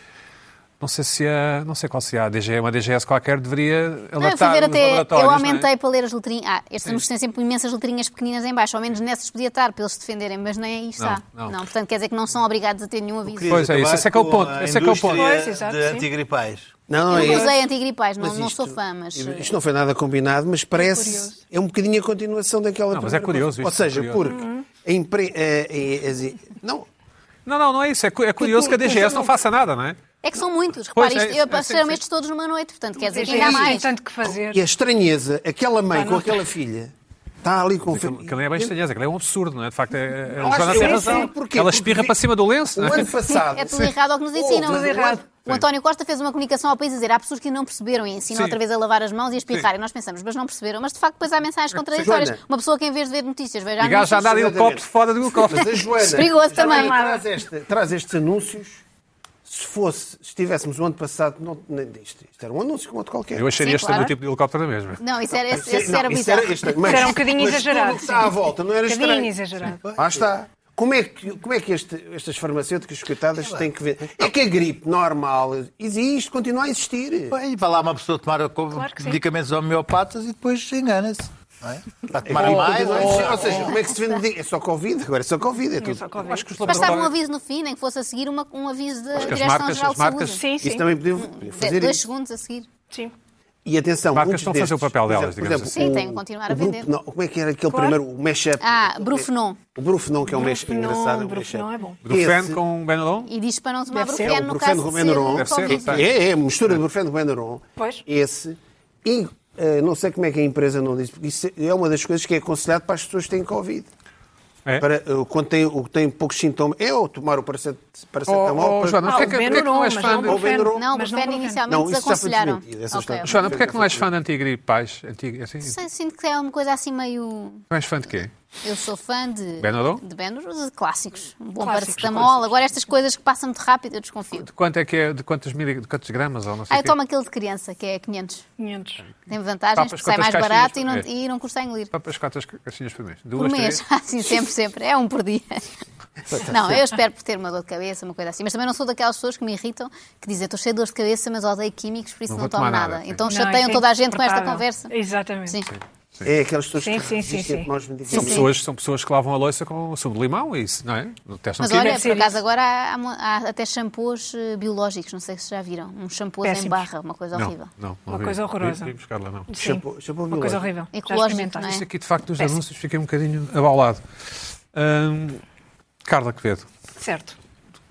não sei, se a, não sei qual se há, a DGE, uma DGS qualquer deveria Não, eu fui alertar ver os até. laboratórios, Eu não é? aumentei para ler as letrinhas. Ah, estes Sim. anúncios têm sempre imensas letrinhas pequeninas em baixo. Ao menos nessas podia estar, para eles se defenderem, mas nem aí está. Não, não. portanto, quer dizer que não são obrigados a ter nenhum aviso. Pois é, isso, esse é que é o acabar com ponto, a esse é que é o ponto. indústria Pois, exato, de sim. antigripais. Não, Eu é, usei antigripais, não, Mas não isto- sou fã, mas. eh, isto não foi nada combinado, mas parece. É um bocadinho a continuação daquela. Não, mas é primeira curioso coisa. isto, Ou seja, é curioso. porque. A empre... eh, eh, eh, zi- não, Não, não, não é isso. É, cu- é Tipo, curioso que a DGS não faça nada, não é? É que são muitos. Pois, Repare, é, isto, é, eu sim, passaram sim. estes todos numa noite, portanto, quer dizer que ainda há Tem mais. tanto que fazer. E a estranheza, aquela mãe com Ah, não. aquela filha, está ali com. Aquilo aquilo nem é bem estranheza, aquilo é um absurdo, não é? De facto, é, é, a acho Joana que tem sim, razão. sim, porquê? Ela Porque espirra vi- para cima do lenço, O não é? ano passado. É tudo errado ao que nos ensinam. Tudo errado. O António Costa fez uma comunicação ao país a dizer há pessoas que não perceberam e ensinam Sim. outra vez a lavar as mãos e a espirrar. E nós pensamos, mas não perceberam. Mas de facto, depois há mensagens contraditórias. Joana. Uma pessoa que em vez de ver notícias, veja E gajo a andar anúncios. e o copo de fora do Mas cofre. a Joana. Perigoso também. Traz, esta- traz estes anúncios. Se fosse, se tivéssemos o ano passado, não, nem- isto, isto era um anúncio como outro qualquer. Eu acharia Sim, este claro. o tipo de helicóptero na mesma. Não, isso era, esse, esse Não, era isso bizarro. isto- Isso era um bocadinho mas exagerado, tudo o que está sim. à volta, não era Um estranho. bocadinho exagerado. Lá está. Como é que, como é que este- estas farmacêuticas coitadas têm que ver? É que a gripe normal existe, continua a existir. Bem, vai lá uma pessoa tomar co- Claro que sim. medicamentos homeopatas e depois engana-se. não é? Vai tomar Ou mais continua a ou... existir. Ou seja, como é que se vende? É só Covid? Agora é só Covid. É tudo. Acho que os Mas estava um laboratórios. aviso no fim, nem que fosse a seguir uma- um aviso da que as marcas- Direção-Geral as de marcas- Saúde. Sim, Isso sim. também podia podia De- fazer Dois isso. segundos a seguir. sim. E atenção, Marcas muitos estão a fazer destes- o papel por delas, exemplo- por digamos assim. exemplo, Sim, o- têm que continuar a o grupo- vender. não, como é que era aquele Claro. primeiro, o mashup? É, Ah, Brufenon. O Brufenon, que é um mashup Brufenon, engraçado. é um Brufenon mashup. é bom. Brufen Esse- com Benelon? E diz para não tomar Deve ser. Brufen É, o no Brufeno caso de ser Rubeneron. Deve ser, Covid. tá. É, é, mistura de Brufeno com Enderon. Pois. Esse. E eh, não sei como é que a empresa não diz, porque isso é uma das coisas que é aconselhado para as pessoas que têm Covid. É. Para, eh, quando têm, o que têm poucos sintomas. É ou tomar o paracet- Oh, paracetamol. oh, para- Joana, Ah, porquê o que porquê que Benuron, não és mas fã não de... Ou Brufeno. Benuron. Não, o Mas não Brufen Brufen. inicialmente Não, isso já foi desaconselharam. desmentido, essa Ok, história. ok. Joana, porquê é que não és fã de antigripais? Anti... Assim, Sei, Sinto que é uma coisa assim meio. não és fã de quê? Eu sou fã de. Benuron? De Benuron, de clássicos. Um bom Clássicos, paracetamol. Agora estas coisas que passam muito rápido, eu desconfio. De quanto é que é? De quantos, mili... de quantos gramas? Ou não sei Ah, o eu quê? tomo aquele de criança, que é 500. 500. Tem vantagens, Papas, porque sai quantas mais barato e caixinhas não, por é. mês? e não custa a engolir. Papas quantas caixinhas por mês? Por Duas, mês, três? Tá, assim, sempre, sempre. É um por dia. Não, eu espero por ter uma dor de cabeça, uma coisa assim. Mas também não sou daquelas pessoas que me irritam, que dizem, estou cheia de dor de cabeça, mas odeio químicos, por isso Não não, vou tomo tomar nada. nada, sim. Então, Então Não, chateiam isso é toda a gente com esta insuportável. conversa. Exatamente. Sim. É aquelas pessoas Sim, que sim, sim, resistem a sim. tomar os São medicamentos. pessoas, são pessoas que lavam a louça com sumo de limão, isso, não é? Testam Mas olha, Deve por ser acaso isso. agora há, há mo- há até shampoos eh, biológicos, não sei se já viram. Um shampoo em Péssimos. barra, uma coisa Não, é horrível. É. não, não Uma vi. coisa horrorosa. Vi, vi buscar lá, não. Sim. Shampoo- shampoo Uma coisa biológico. horrível. Já Ecológico, experimentaste? não é? Isto aqui, de facto, dos Péssimo. anúncios fiquei um bocadinho abalado. Hum, Carla Quevedo, Certo.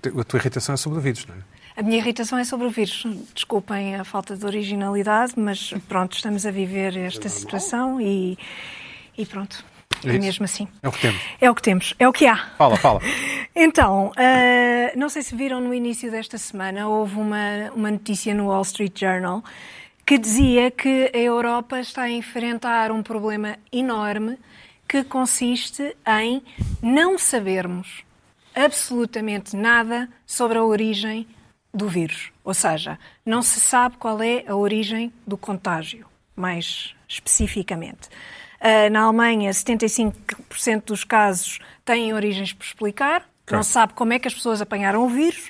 te- a tua irritação é sobre ouvidos, não é? A minha irritação é sobre o vírus. Desculpem a falta de originalidade, mas pronto, estamos a viver é esta situação e, e pronto. É isso. mesmo assim. É o que temos. É o que temos. É o que há. Fala, fala. Então, ah, não sei se viram no início desta semana, houve uma, uma notícia no Wall Street Journal que dizia que a Europa está a enfrentar um problema enorme que consiste em não sabermos absolutamente nada sobre a origem do vírus. Ou seja, não se sabe qual é a origem do contágio, mais especificamente. Ah, na Alemanha, 75% dos casos têm origens por explicar. Não se sabe como é que as pessoas apanharam o vírus.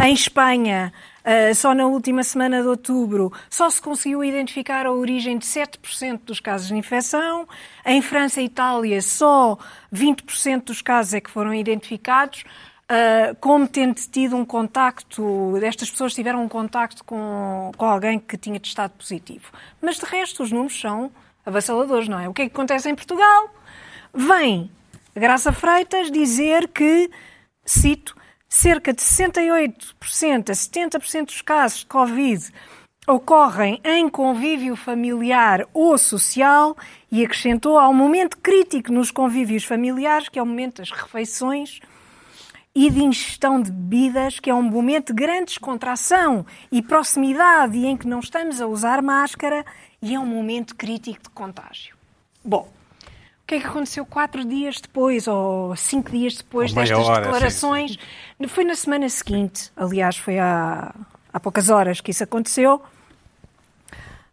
Em Espanha, ah, só na última semana de outubro, só se conseguiu identificar a origem de 7% dos casos de infecção. Em França e Itália, só 20% dos casos é que foram identificados. Uh, como tendo tido um contacto, estas pessoas tiveram um contacto com, com alguém que tinha testado positivo. Mas de resto, os números são avassaladores, não é? O que é que acontece em Portugal? Vem Graça Freitas dizer que, cito, cerca de 68% a 70% dos casos de Covid ocorrem em convívio familiar ou social e acrescentou ao momento crítico nos convívios familiares, que é o momento das refeições, e de ingestão de bebidas, que é um momento de grande descontração e proximidade e em que não estamos a usar máscara e é um momento crítico de contágio. Bom, o que é que aconteceu quatro dias depois ou cinco dias depois Ou meia destas hora, declarações? Foi na semana seguinte, aliás, foi há, há poucas horas que isso aconteceu.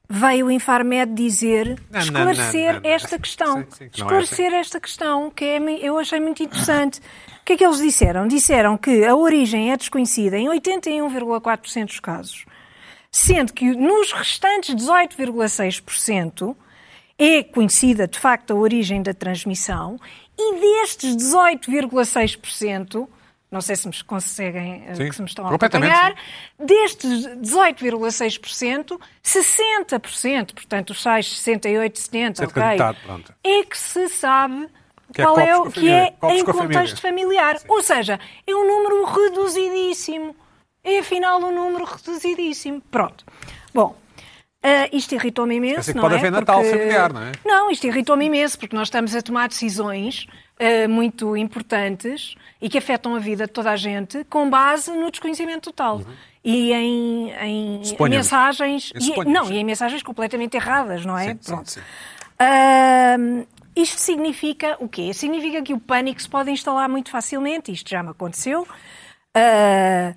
Veio o Infarmed dizer, Não, não, esclarecer não, não, não. esta questão. Sim, sim, que não é assim. esclarecer esclarecer esta questão, que é mui- eu achei muito interessante. O que é que eles disseram? Disseram que a origem é desconhecida em 81,4% dos casos, sendo que nos restantes 18,6% é conhecida de facto a origem da transmissão, e destes 18,6%, não sei se me conseguem, eh, Sim, que se me estão a completamente. acompanhar, Destes 18,6%, 60%, portanto os tais 68, 70, Cerca ok, de metade, pronto. é que se sabe Que é qual é, copos o com que é família, copos em com contexto familiar. Ou seja, é um número reduzidíssimo. É afinal um número reduzidíssimo. Pronto. Bom, ah, isto irritou-me imenso. Parece que não pode é? haver Natal Porque- familiar, não é? Não, isto irritou-me imenso, porque nós estamos a tomar decisões ah, muito importantes e que afetam a vida de toda a gente com base no desconhecimento total. Uhum. E em, em Suponhamos. mensagens. Em e- suponhamos. não, e em mensagens completamente erradas, não é? Sim, sim, Pronto. sim. Ahm, isto significa o quê? Significa que o pânico se pode instalar muito facilmente, isto já me aconteceu. Ah,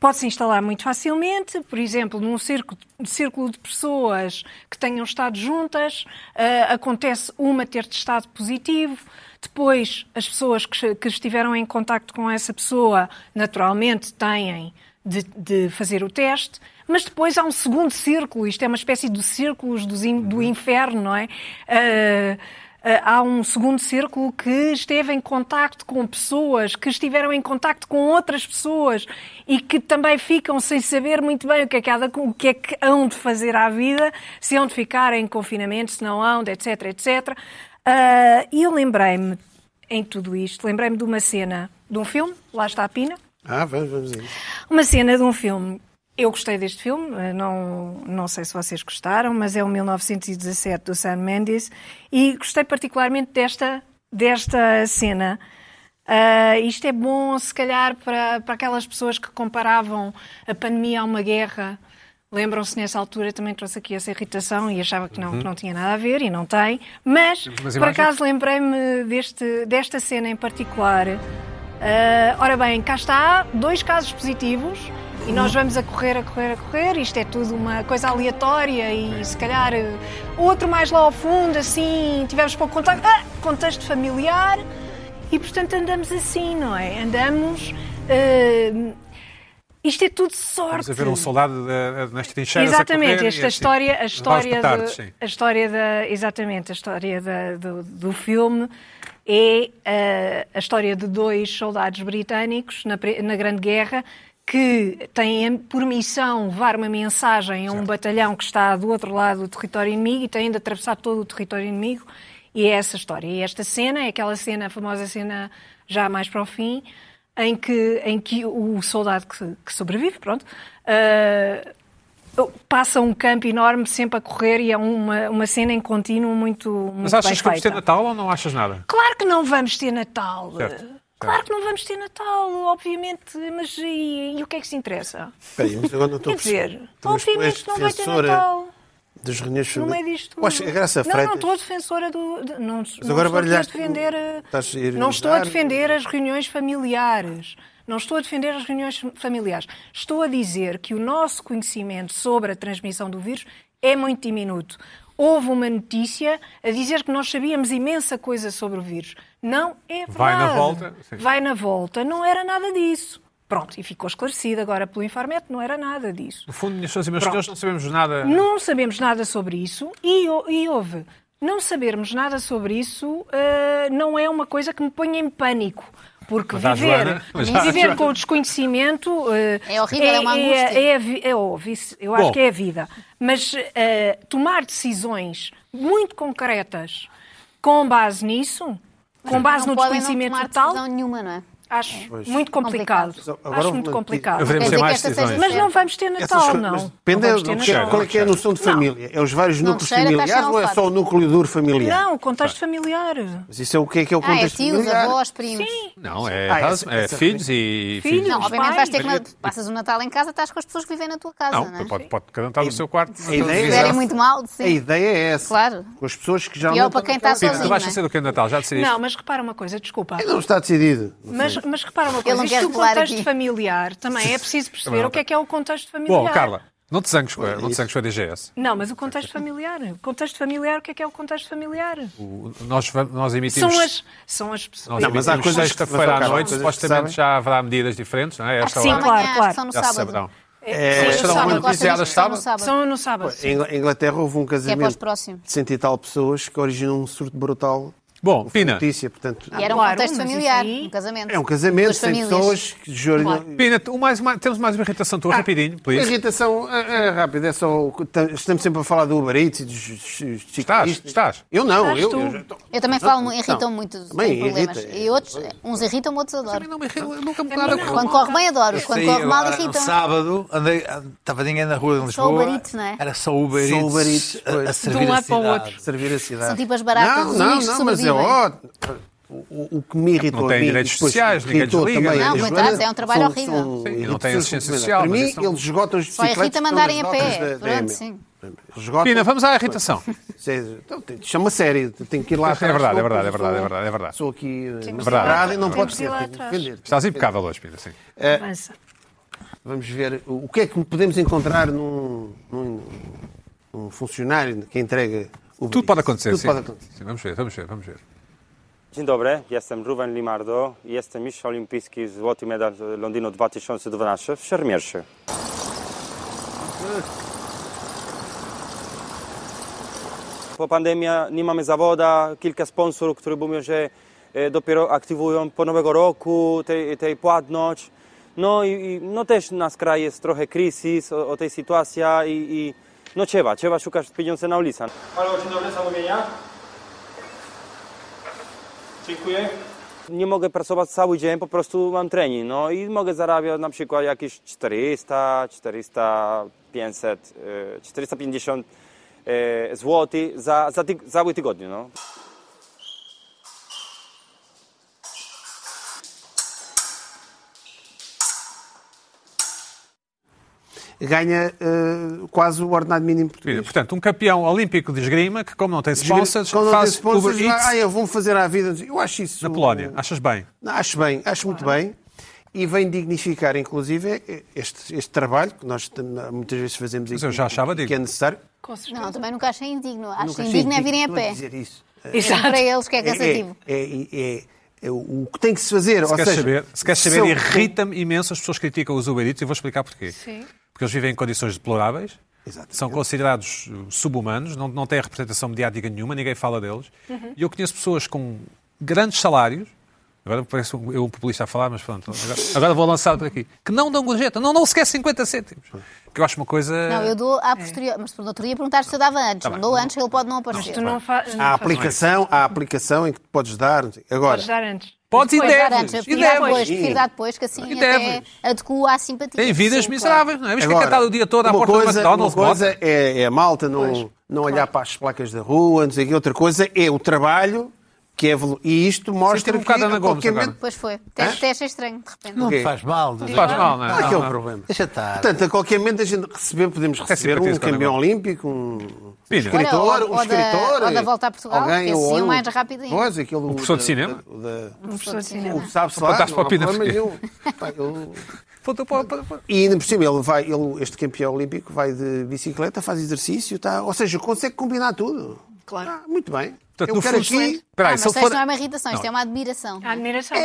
Pode-se instalar muito facilmente, por exemplo, num circo- círculo de pessoas que tenham estado juntas, ah, acontece uma ter testado positivo, depois as pessoas que, che- que estiveram em contacto com essa pessoa naturalmente têm de, de fazer o teste, mas depois há um segundo círculo, isto é uma espécie de círculos dos in- do inferno, não é? Ah, Uh, há um segundo círculo que esteve em contacto com pessoas, que estiveram em contacto com outras pessoas e que também ficam sem saber muito bem o que é que, há de, o que, é que hão de fazer à vida, se hão de ficar em confinamento, se não hão, de, etc, etc. Uh, e eu lembrei-me, em tudo isto, lembrei-me de uma cena de um filme, lá está a Pina, Ah, vamos, vamos a isso. uma cena de um filme. Eu gostei deste filme, eh, não, não sei se vocês gostaram, mas é o 1917 do Sam Mendes e gostei particularmente desta, desta cena. Ah, isto é bom, se calhar, para, para aquelas pessoas que comparavam a pandemia a uma guerra. Lembram-se, nessa altura também trouxe aqui essa irritação e achava que não, que não tinha nada a ver e não tem. Mas, Temos umas por imagens? acaso, lembrei-me deste, desta cena em particular. Ah, ora bem, cá está, dois casos positivos e nós Uhum. vamos a correr, a correr, a correr. Isto é tudo uma coisa aleatória e se calhar eh, outro mais lá ao fundo, assim, tivemos pouco contacto. Ah, contexto familiar e portanto andamos assim, não é? Andamos. eh, isto é tudo sorte. Vamos a ver um soldado eh, eh, nas trincheiras. a Exatamente, correr e esta assim. história, a Vários história, petardos, do- sim. a história da, exatamente, a história da- do, do filme é eh, a história de dois soldados britânicos na, pre- na Grande Guerra que têm por missão levar uma mensagem a um batalhão que está do outro lado do território inimigo e têm de atravessar todo o território inimigo e é essa história. E esta cena é aquela cena, a famosa cena já mais para o fim, em que, em que o soldado que, que sobrevive, pronto, eh, passa um campo enorme sempre a correr e é uma, uma cena em contínuo muito, muito Mas achas bem que vamos ter feita. Natal ou não achas nada? Claro que não vamos ter Natal. Certo, Claro que não vamos ter Natal, obviamente, mas e, e o que é que se interessa? Espera aí, mas agora não estou Quer a perceber. Então, dizer, Mas é tu obviamente és não vai ter defensora Natal. Das reuniões No familiares. meio disto tudo. Eu acho que a Graça não, não Freitas. estou defensora do. de- não Mas não estou agora aqui a baralhaste defender. o- eh, estás a ir não estou a usar- defender as reuniões familiares. Não estou a defender as reuniões familiares. Estou a dizer que o nosso conhecimento sobre a transmissão do vírus é muito diminuto. houve uma notícia a dizer que nós sabíamos imensa coisa sobre o vírus. Não é verdade. Vai na volta, sim. Vai na volta. Não era nada disso. Pronto, e ficou esclarecido agora pelo Infarmet, não era nada disso. No fundo, minhas senhoras e meus Pronto. senhores, não sabemos nada. Não sabemos nada sobre isso e, ho- e houve. Não sabermos nada sobre isso eh, não é uma coisa que me ponha em pânico. Porque Mas há a viver, Joana- mas há a viver Joana. com o desconhecimento eh, É horrível, é uma angústia. é a vi- é óbvio, isso- eu acho Bom. que é a vida. Mas eh, tomar decisões muito concretas com base nisso, com base não no podem desconhecimento não tomar total, decisão nenhuma, não é? acho muito complicado. Complicado. Agora Acho vou- muito complicado. Quer Haveremos dizer ter que mais esta seja decisões. Mas certa. não vamos ter Essas Natal, coisas- não. mas não vamos depende ter do que é- Natal. qual é, que é a noção de família. É os vários Não núcleos cheira, está familiares ou é escalfado. só o núcleo duro familiar? Não, contexto familiar. Mas isso é o que é que é o Ah, é contexto tios, familiar? avós, primos. Não, é, Ah, hus- essa- é essa- filhos e Filhos. filhos. Não, Os obviamente vais pais. ter que. não- Passas o Natal em casa, estás com as pessoas que vivem na tua casa, não, Não, é? pode, pode cada um estar no seu quarto. na A ideia- Se sua Exato. estiverem televisão. muito mal, A sim. ideia é essa. Claro. Com as pessoas que já Pior para quem está Pina, tu sozinho, vais não é? ser o que é Natal? Já decidiste? Não, mas repara uma coisa, desculpa. Não está decidido. Mas, mas repara uma não coisa, quer isto do pular contexto aqui. familiar também é preciso perceber não o que é que é o contexto familiar. Bom, Carla, não te zangues com a, não te zangues com a DGS. Não, mas o contexto familiar. O contexto familiar, o que é que é o contexto familiar? O- Nós, va- nós emitimos. São as, são as pessoas. Nós Não, mas há emitimos coisas que- sexta-feira mas, ó, à Carla, noite, coisas que supostamente sabem. já haverá medidas diferentes, não é? A Esta sim, hora claro. Amanhã, acho que São no já se sábado. então. saberão. É, são Sim, um no no sábado. sábado. Gostas Iniciadas disso? São no sábado? sábado. São no sábado. Em Ingl- Inglaterra houve é um casamento pós-próximo. de cento e tal pessoas que originou um surto brutal. Bom, Não foi Pina. Notícia, portanto, E era um Claro, contexto mas isso familiar, aí- um casamento. é um casamento Duas de 100 famílias. pessoas que juram... Pina, tu- mais uma- temos mais uma irritação tua, rapidinho, A please. Ah, irritação é, é rápida, é só. o que- tam- Estamos sempre a falar do Uber Eats e dos ciclistas. estás. Eu não, Estás eu. tu. eu já tô- Eu também falo, Não, irritam não. muito, tenho Também problemas. irrita. E outros, uns irritam, outros adoram. Não me irrita, nunca me nada com Quando corre bem, adoro. Quando Saí corre mal, agora, um irritam. sábado, andei, estava ninguém na rua em Lisboa. Uber Eats, não é? Era só Uber Só Eats, Uber Eats, a, a pois. servir De um a lado para o cidade. outro. Servir a cidade. São tipo as baratas, Não, os não, únicos que não, mas é sobrevivem. ótimo. O, o que me irritou Não têm a mim, direitos e depois sociais, ninguém irritou desliga, também não é? a Não, Joana, coitados, é um trabalho são- horrível. são Sim, e não irritações têm assistência recomendadas. social, Para mas mim, isso não- eles esgotam as Só bicicletas. irrita todas mandarem a notas pé. da- da Pronto, EML. sim. Esgotam- Pina, vamos à irritação. Então, tem- Chama sério, tem que ir lá É atrás. verdade, é senão verdade, é depois verdade, eu é sou- verdade, é verdade. Sou aqui eh, Temos é que ir lá mascarado e não atrás. Temos pode ser. que ir lá tenho que atrás. defender. Estás impecável hoje, Pina, sim. Avança. Vamos ver o o que é que podemos encontrar num, num- num funcionário que entrega o Tudo pode acontecer, Tudo sim. pode acontecer. Sim, Vamos ver, vamos ver, vamos ver. Dzień dobry, jestem Ruben Limardo i jestem mistrz olimpijski złoty medal z Londynu 2012 w Szermierzu. Po pandemii nie mamy zawoda, kilka sponsorów, które mówią, że e, dopiero aktywują po nowego roku tej, tej płatność. No i, i no też nas kraj jest trochę kryzys o, o tej sytuacji i, i no trzeba, trzeba szukać pieniądze na ulicach. Halo, dzień dobry, zamówienia. Dziękuję. Nie mogę pracować cały dzień, po prostu mam trening. No i mogę zarabiać na przykład jakieś 400, 400, 500, e, 450 e, zł za, za tyg- cały tygodnie. No. Ganha eh, quase o ordenado mínimo Pina, português. portanto, um campeão olímpico de esgrima que, como não tem sponsors, Quando não tem faz sponsors, Uber Eats ah, eu vou fazer à vida. Eu acho isso. eh, na Polónia. Achas bem? Não, acho bem, acho muito bem. E vem dignificar, inclusive, eh, este, este trabalho que nós tam- muitas vezes fazemos aqui. Mas eu já achava que é digno. necessário. Com certeza. Não, também nunca achei indigno. Acho Nunca indigno é achei virem a digno pé. dizer isso. Exato. Para eles que é cansativo. É, é- é- é- é o que tem que se fazer. Se ou queres seja, saber, se queres saber são- irrita-me imenso as pessoas que criticam os Uber Eats e eu vou explicar porquê. Sim. Porque eles vivem em condições deploráveis, Exatamente. são considerados uh, sub-humanos, não, não têm representação mediática nenhuma, ninguém fala deles. Uhum. E eu conheço pessoas com grandes salários, agora parece um- eu um populista a falar, mas pronto, agora, agora vou lançar por aqui, que não dão gorjeta, não dão sequer 50 cêntimos. Que eu acho uma coisa... é. Não, eu dou à posterior. Mas no outro dia perguntaste se eu dava Tá antes. não dou antes, ele pode não aparecer. Tu não Ah, fa- não Há fazes- aplicação, há aplicação em que tu podes dar. não sei. Agora, Podes dar antes. Podes e Pois, dar antes. Eu deves, e prefiro dar depois, deves. prefiro dar depois, que assim E até deves. adequo à simpatia. Têm vidas Sim, miseráveis, não é? Mas fica Agora, catado o dia todo à uma porta do coisa, McDonald's, Uma coisa bota. é, é a malta não, não olhar para as placas da rua, não sei o quê. Outra coisa é o trabalho que é... velo- E isto mostra um que... bocado Ana a Gomes qualquer agora. momento- Pois foi. Até, até achei estranho, de repente. Não Ok. te faz mal. Faz mal, não é? Ah, que é o Não, É não. problema. Deixa estar. Portanto, a qualquer momento a gente receber, podemos receber simpatia um esse cara campeão agora. olímpico, um Pina. Olha, escritor, ou- um ou da- escritor... ou da Volta a Portugal, que alguém, assim ou é um- mais Um rápido ainda. Pois, aquele... O Um professor de cinema? da- Não precisa de O cinema. que sabe-se lá, Apontaste não para o há Pina, problema porque- nenhum. Pá, eu- Voltou para, para, para. E ainda por cima, ele vai, ele, este campeão olímpico vai de bicicleta, faz exercício, tá, ou seja, consegue combinar tudo. Claro. Ah, muito bem. Portanto, eu no quero fundo, aqui... Ah, Peraí, mas se ele isto for, não é uma irritação, isto Não. Ah, é uma admiração. A admiração. É,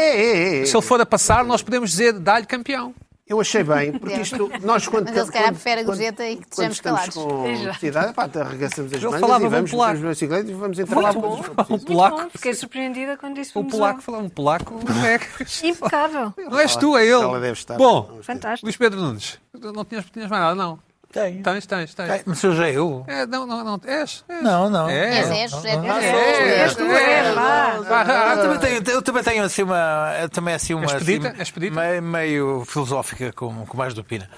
é, é. se ele for a passar, nós podemos dizer dá-lhe campeão. Eu achei bem, porque isto, nós quando... É. Mas ele se calhar quando- prefere a quando- gorjeta e que Quando estejamos estamos calados. com Exato. necessidade, pá, tá, arregaçamos as Eu mangas falava um e vamos, popular. metemos na bicicleta e vamos entrar lá. Muito bom. Um Muito polaco. bom. Fiquei surpreendida quando disse O Venezuela. polaco, fala um polaco, não é? Impecável. Não és tu, é ele. Ela deve estar. Bom, Fantástico. Luís Pedro Nunes, não tinhas, tinhas mais nada, não? Tenho. Tens, tens, tens. Ai, Mas sou já eu. É, não, não, não. És? és. Não, não. É. És, és, José, És, és. és tu, é, és, vá. Ah, eu, também tenho, eu também tenho assim uma. eu também assim uma. Expedita? É assim, Expedita? Meio, meio filosófica, como, como mais do Pina.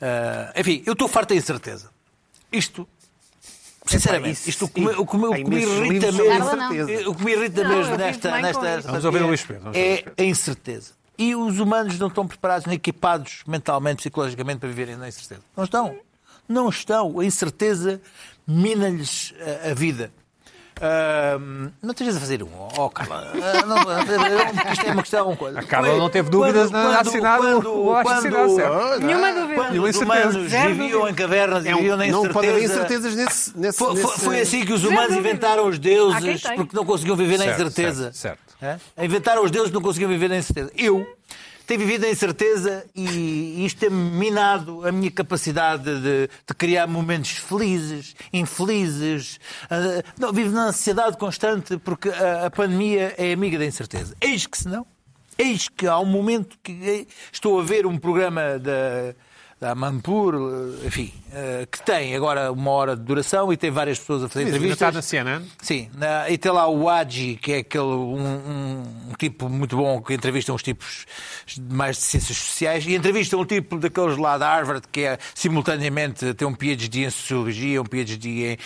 Ah, enfim, eu estou farto da incerteza. Isto. Sinceramente, isto o que me- o que me o Há que me imensos irrita livros sobre mesmo. incerteza. O que me irrita Não, eu mesmo vivo nesta. bem com nesta isso. Vamos ouvir o Luís Pedro, vamos é a incerteza. E os humanos não estão preparados nem equipados mentalmente, psicologicamente para viverem na incerteza. Não estão. Não estão. A incerteza mina-lhes a, a vida. Ahm, não estejas a fazer um, ó Carla. Ah, não, não, estejas a fazer um, porque isto é uma questão. A Carla não teve dúvidas na- na assinar o- o acho assinar, certo? Nenhuma dúvida. Quando os incerteza. humanos Zero viviam dúvida. em cavernas e É um- viviam na não pode haver incerteza. incertezas nesse... nesse, Foi, foi- nesse- foi assim que os Sem humanos dúvida. inventaram os Há quem deuses tenha. porque não conseguiam viver na Certo, incerteza. certo, É? Inventaram os deuses e não conseguiam viver na incerteza. Eu tenho vivido na incerteza e isto tem minado a minha capacidade de, de criar momentos felizes, infelizes. Ah, não, vivo na ansiedade constante porque a, a pandemia é amiga da incerteza. Eis que se não. Eis que há um momento que estou a ver um programa da, da Mampur, enfim, eh, que tem agora uma hora de duração e tem várias pessoas a fazer Mas ainda entrevistas. está na CNN? Sim, na- e tem lá o Adji, que é aquele um, um- um tipo muito bom que entrevista uns tipos mais de ciências sociais e entrevista um tipo daqueles lá da Harvard que é simultaneamente tem um PhD em sociologia, um PhD em,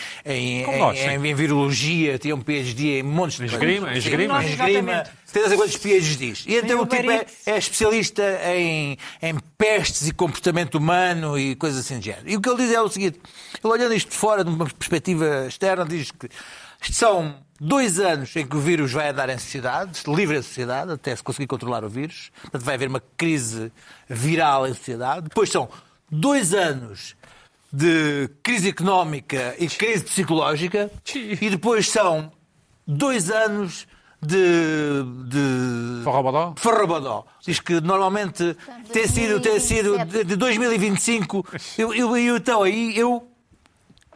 em, Como em- nós, em- sim. em virologia, tem um PhD em montes de coisas. esgrima, em Sim, esgrima. em esgrima. Exatamente. Tem não sei quantos PhDs. E então o Uber tipo é, Eats. é especialista em, em pestes e comportamento humano e coisas assim de género. E o que ele diz é o seguinte: ele olhando isto de fora, de uma perspectiva externa, diz que isto são dois anos em que o vírus vai andar em sociedade, livre em sociedade, até se conseguir controlar o vírus. Portanto, vai haver uma crise viral em sociedade. Depois são dois anos de crise económica e crise psicológica. E depois são dois anos de. de... Forrobodó? Farrabadó. Diz que normalmente tem sido, tem sido de, de 2025. Eu, eu, eu, então, aí eu.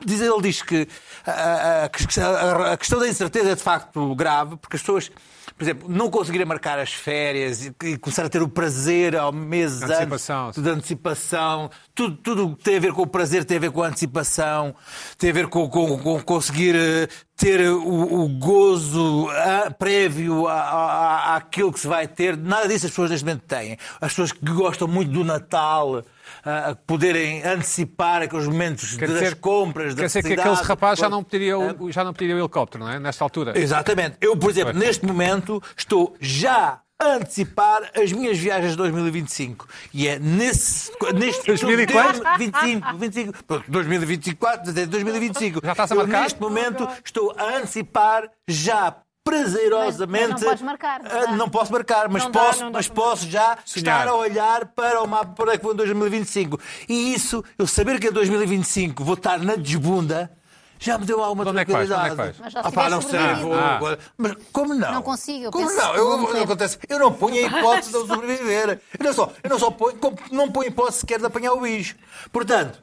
Diz, ele diz que a, a- a- a questão da incerteza é de facto grave, porque as pessoas. Por exemplo, não conseguirem marcar as férias e, e começar a ter o prazer ao mês Da antecipação, antes, sim. de antecipação, tudo, tudo o que tem a ver com o prazer tem a ver com a antecipação, tem a ver com, com- com conseguir eh, ter o, o gozo ah, prévio à- à- à- àquilo que se vai ter. Nada disso as pessoas neste momento têm. As pessoas que gostam muito do Natal, ah, a poderem antecipar aqueles momentos Quer das dizer- compras, da Quer dizer que felicidade, aqueles rapazes já coisa. não pediriam o- já não pediriam o helicóptero, não é? Nesta altura. Exatamente. Eu, por exemplo, Pois. neste momento estou já a antecipar as minhas viagens de 2025. E é nesse. Neste, 2004? 25, 25. pronto, 2024, até 2025. Já estás a Eu, marcar? neste momento estou a antecipar já prazerosamente. Mas- mas não podes marcar, não Ah, dá. não posso marcar, mas Não dá, posso, não dá mas para posso já Sonhar. estar a olhar para o mapa para onde é que vou em 2025. E isso, eu saber que em 2025 vou estar na desbunda, já me deu alguma Onde é que vais? tranquilidade. Onde é que vais? Mas já Ah, pá, tiveste não sei, sobrevivido. vou Ah. agora. Mas como não? Não consigo, eu Como penso não? que Eu, vou morrer. eu- acontece, eu não ponho a hipótese de eu sobreviver. Eu não só, eu não só ponho, como não ponho a hipótese sequer de apanhar o bicho. Portanto,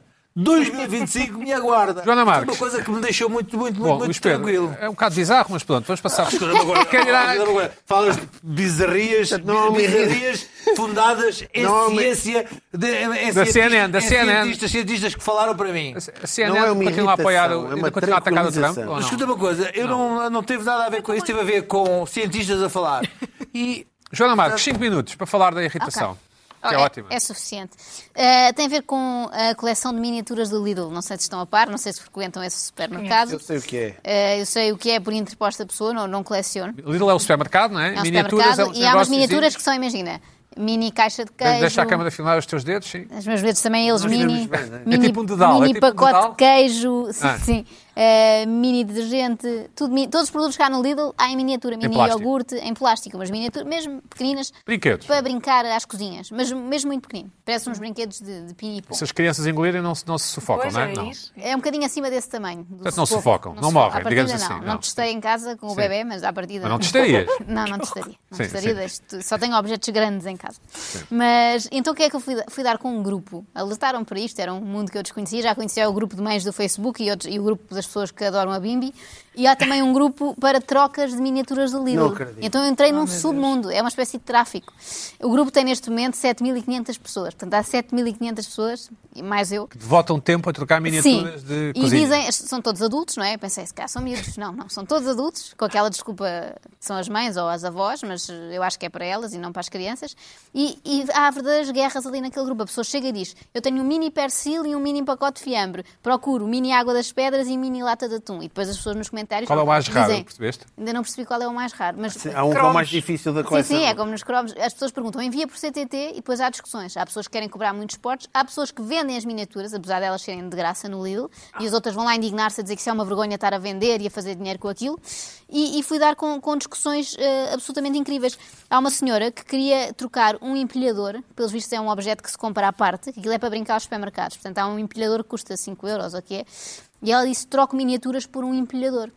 2025 me aguarda. Joana Isto é Marques. uma coisa que me deixou muito, muito, muito, Bom, muito Luís Pedro, tranquilo. é um bocado bizarro, mas pronto, vamos passar. Desculpa-me agora. Quer ir à- Desculpa-me agora. Falas de bizarrias, Não há uma bizarrias fundadas em Não há uma- ciência de, em- em Da cientistas- CNN, da em CNN. cientistas, cientistas que falaram para mim. A CNN Não é uma continua a apoiar, o- irritação, é ainda uma continua a atacar o Trump? tranquilização. ou não? Escuta uma coisa, eu não. Não, teve nada a ver com isso, teve a ver com cientistas a falar. E Joana Marques, 5 minutos para falar da irritação. Ok. Que é Oh, ótima. É suficiente. Uh, tem a ver com a coleção de miniaturas do Lidl. Não sei se estão a par, não sei se frequentam esse supermercado. Eu sei o que é. Uh, eu sei o que é por interposta pessoa, não, não coleciono. Lidl é o supermercado, não é? É um supermercado um e há umas negócio miniaturas que de- são, imagina, mini caixa de queijo. Deixa a câmara filmar os teus dedos, sim. Os meus dedos também, eles mini. bem, não é? mini né? É tipo um dedal, é mini tipo um pacote dedal? de queijo. Sim, Ah. sim. Uh, eh, mini detergente, tudo mi- todos os produtos cá no Lidl há em miniatura, mini plástico. iogurte, em plástico, mas miniatura, mesmo pequeninas, Brinquedos. para brincar às cozinhas, mas mesmo muito pequenino. Parece Hum. uns brinquedos de, de pin e pong. Se as crianças engolirem, não se, não se sufocam, Pois, não é? é Não. É um bocadinho acima desse tamanho. do Portanto, não sufoco. sufocam, não se- morrem, à partida digamos não. assim, Não, não. testei em casa com o Sim. bebê, mas à partida. Mas não testarias? não, não testarias. Não Sim, testaria, sim. deixo- só tenho objetos grandes em casa. Mas então o que é que eu fui, da- fui dar com um grupo? Alertaram para isto, era um mundo que eu desconhecia. Já conhecia o grupo de mães do Facebook e, outros- e o grupo das pessoas que adoram a Bimbi. E há também um grupo para trocas de miniaturas do Não Lidl. acredito. Ah, Então eu entrei num submundo, é uma espécie de tráfico. O grupo tem neste momento 7.500 pessoas. Portanto, há 7.500 pessoas, e mais eu, Devotam tempo a trocar miniaturas Sim. de e cozinha. dizem, são todos adultos, não é? Eu pensei, se cá são miúdos. Não, não, são todos adultos, com aquela desculpa que são as mães ou as avós, mas eu acho que é para elas e não para as crianças. E, e há verdadeiras guerras ali naquele grupo. A pessoa chega e diz: Eu tenho um mini persil e um mini pacote de fiambre, procuro mini água das pedras e mini lata de atum. E depois as pessoas nos comentários. Qual é o mais raro, dizem, percebeste? Ainda não percebi qual é o mais raro, mas há um que é o cromos. mais difícil da Sim, coleção. sim, é como nos cromos. As pessoas perguntam, envia por CTT e depois há discussões. Há pessoas que querem cobrar muitos potes, há pessoas que vendem as miniaturas, apesar delas serem de graça no Lidl, e as outras vão lá indignar-se a dizer que isso é uma vergonha estar a vender e a fazer dinheiro com aquilo. E, e fui dar com, com discussões eh, absolutamente incríveis. Há uma senhora que queria trocar um empilhador, pelos vistos é um objeto que se compra à parte, que aquilo é para brincar aos supermercados. Portanto, há um empilhador que custa 5 euros, ou o que é, e ela disse, troco miniaturas por um empilhador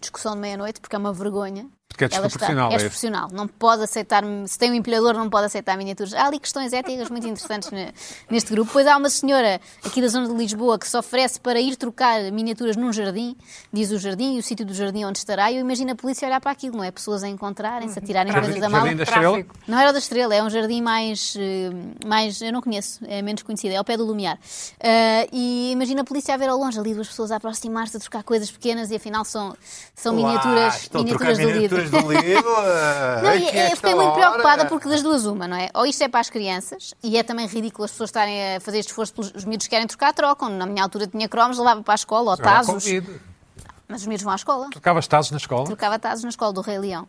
discussão de meia-noite, porque é uma vergonha. Porque é Ela está- desproporcional, é é isso. desproporcional. Não pode aceitar, se tem um empilhador, não pode aceitar miniaturas. Há ali questões éticas muito interessantes ne- neste grupo. Pois há uma senhora aqui da zona de Lisboa que se oferece para ir trocar miniaturas num jardim, diz o jardim e o sítio do jardim onde estará. E eu imagino a polícia olhar para aquilo, não é? Pessoas a encontrarem-se, a tirarem Jardim- coisas da mala. Jardim da Estrela? Tráfico. Não era o da Estrela, é um jardim mais, eh, mais. Eu não conheço, é menos conhecido, é ao pé do Lumiar. Eh, e imagina a polícia a ver ao longe ali duas pessoas a aproximar-se, a trocar coisas pequenas e afinal são, são Olá, miniaturas, estão a trocar miniaturas do miniaturas livro. do Lidl, Não, é e que eu esta fiquei muito hora- preocupada porque das duas uma, não é? Ou isto é para as crianças, e é também ridículo as pessoas estarem a fazer este esforço, pelos- os miúdos querem trocar, trocam. Na minha altura tinha cromos, levava para a escola, ou Agora tazos. convido. Mas os miúdos vão à escola. Trocavas tazos na escola? Trocava tazos na escola do Rei Leão.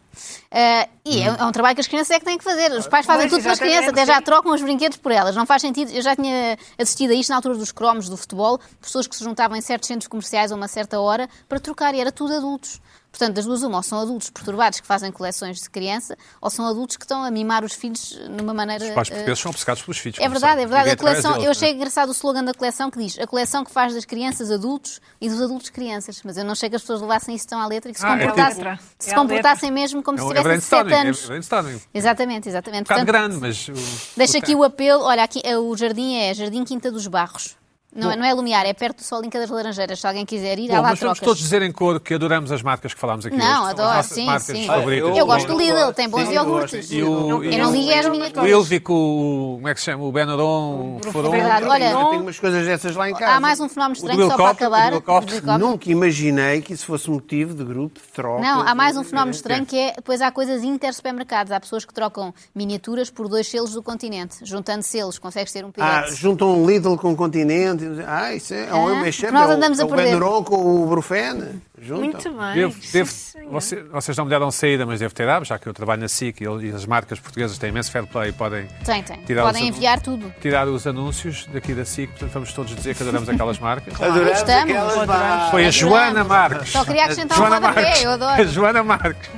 Ah, e é, é um trabalho que as crianças é que têm que fazer. Os pais fazem Pois, tudo para as exatamente, crianças, até já sim. trocam os brinquedos por elas. Não faz sentido. Eu já tinha assistido a isto na altura dos cromos do futebol, pessoas que se juntavam em certos centros comerciais a uma certa hora para trocar e era tudo adultos. Portanto, das duas, uma, ou são adultos perturbados que fazem coleções de criança, ou são adultos que estão a mimar os filhos numa maneira. Os pais ah, portugueses são obcecados pelos filhos. é como verdade, sabem. é verdade. Vivem A através coleção, deles, eu não é? achei engraçado o slogan da coleção que diz a coleção que faz das crianças adultos e dos adultos crianças. Mas eu não achei que as pessoas levassem isso tão à letra e que se Ah, é comportassem, letra. se É à comportassem mesmo como É se um- é tivessem 7 brainstorming, anos. é brainstorming. Um Exatamente, exatamente. bocado Portanto, grande, mas... o- deixa aqui o apelo. Olha, aqui, eh, o jardim é Jardim Quinta dos Barros. Não, é- Bom. não é Lumiar, é perto do Solinca das Laranjeiras. Se alguém quiser ir, há Bom, lá mas vamos trocas. todos dizer em cor que adoramos as marcas que falámos aqui Não, hoje. que são adoro, as nossas sim, marcas sim. favoritas. Eu gosto do Lidl, tem bons iogurtes. E o, Eu não liguei às O miniaturas. Ilvico, o- como é que se chama? O Benaron, o Foron. É Verdade, olha, Eu tenho umas coisas dessas lá em casa. há mais um fenómeno estranho só para acabar. O Bill Cop. Nunca imaginei que isso fosse motivo de grupo de troca. Não, há mais um fenómeno estranho que é, depois há coisas inter-supermercados. Há pessoas que trocam miniaturas por dois selos do continente. Juntando selos, consegues ter um Ah, pirete. juntam um Lidl com o Continente. Ah, isso é, é um Ah, Mexer, nós é o- andamos a é o perder. Benuron com o Brufen. Juntam. Muito bem. Devo- sim, devo- senhor. você- vocês não me deram saída, mas devo ter dado, já que eu trabalho na SIC e, e as marcas portuguesas têm imenso fair play e podem Tem, tem. tirar os Podem anúncios. enviar tudo. tirar os anúncios daqui da SIC. Portanto, vamos todos dizer que adoramos aquelas marcas. Adoramos Estamos. aquelas barras. Foi a Joana Marques. Ah, Só queria acrescentar um Joana rodapé, eu A adoro. Joana Marques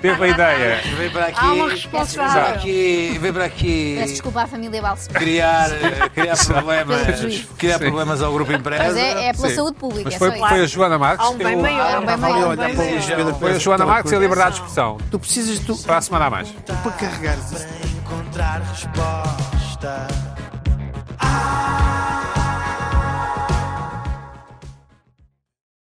teve a ideia. Vem para aqui. Há É uma Vem para responsável. aqui, vem para aqui Peço desculpa à família Balses. criar, eh, criar Pelo problemas, juízo. criar problemas ao grupo empresa. Mas é, é pela Sim. saúde pública. Mas é foi, só isso. foi a Joana Marques. Há um bem eu- maior. É um bem Há maior. bem para o maior. Pedro Foi a Pedro Joana Torres. Marques e a liberdade de expressão. Tu precisas tu, Para a semana a mais. para carregares encontrar resposta. Ah,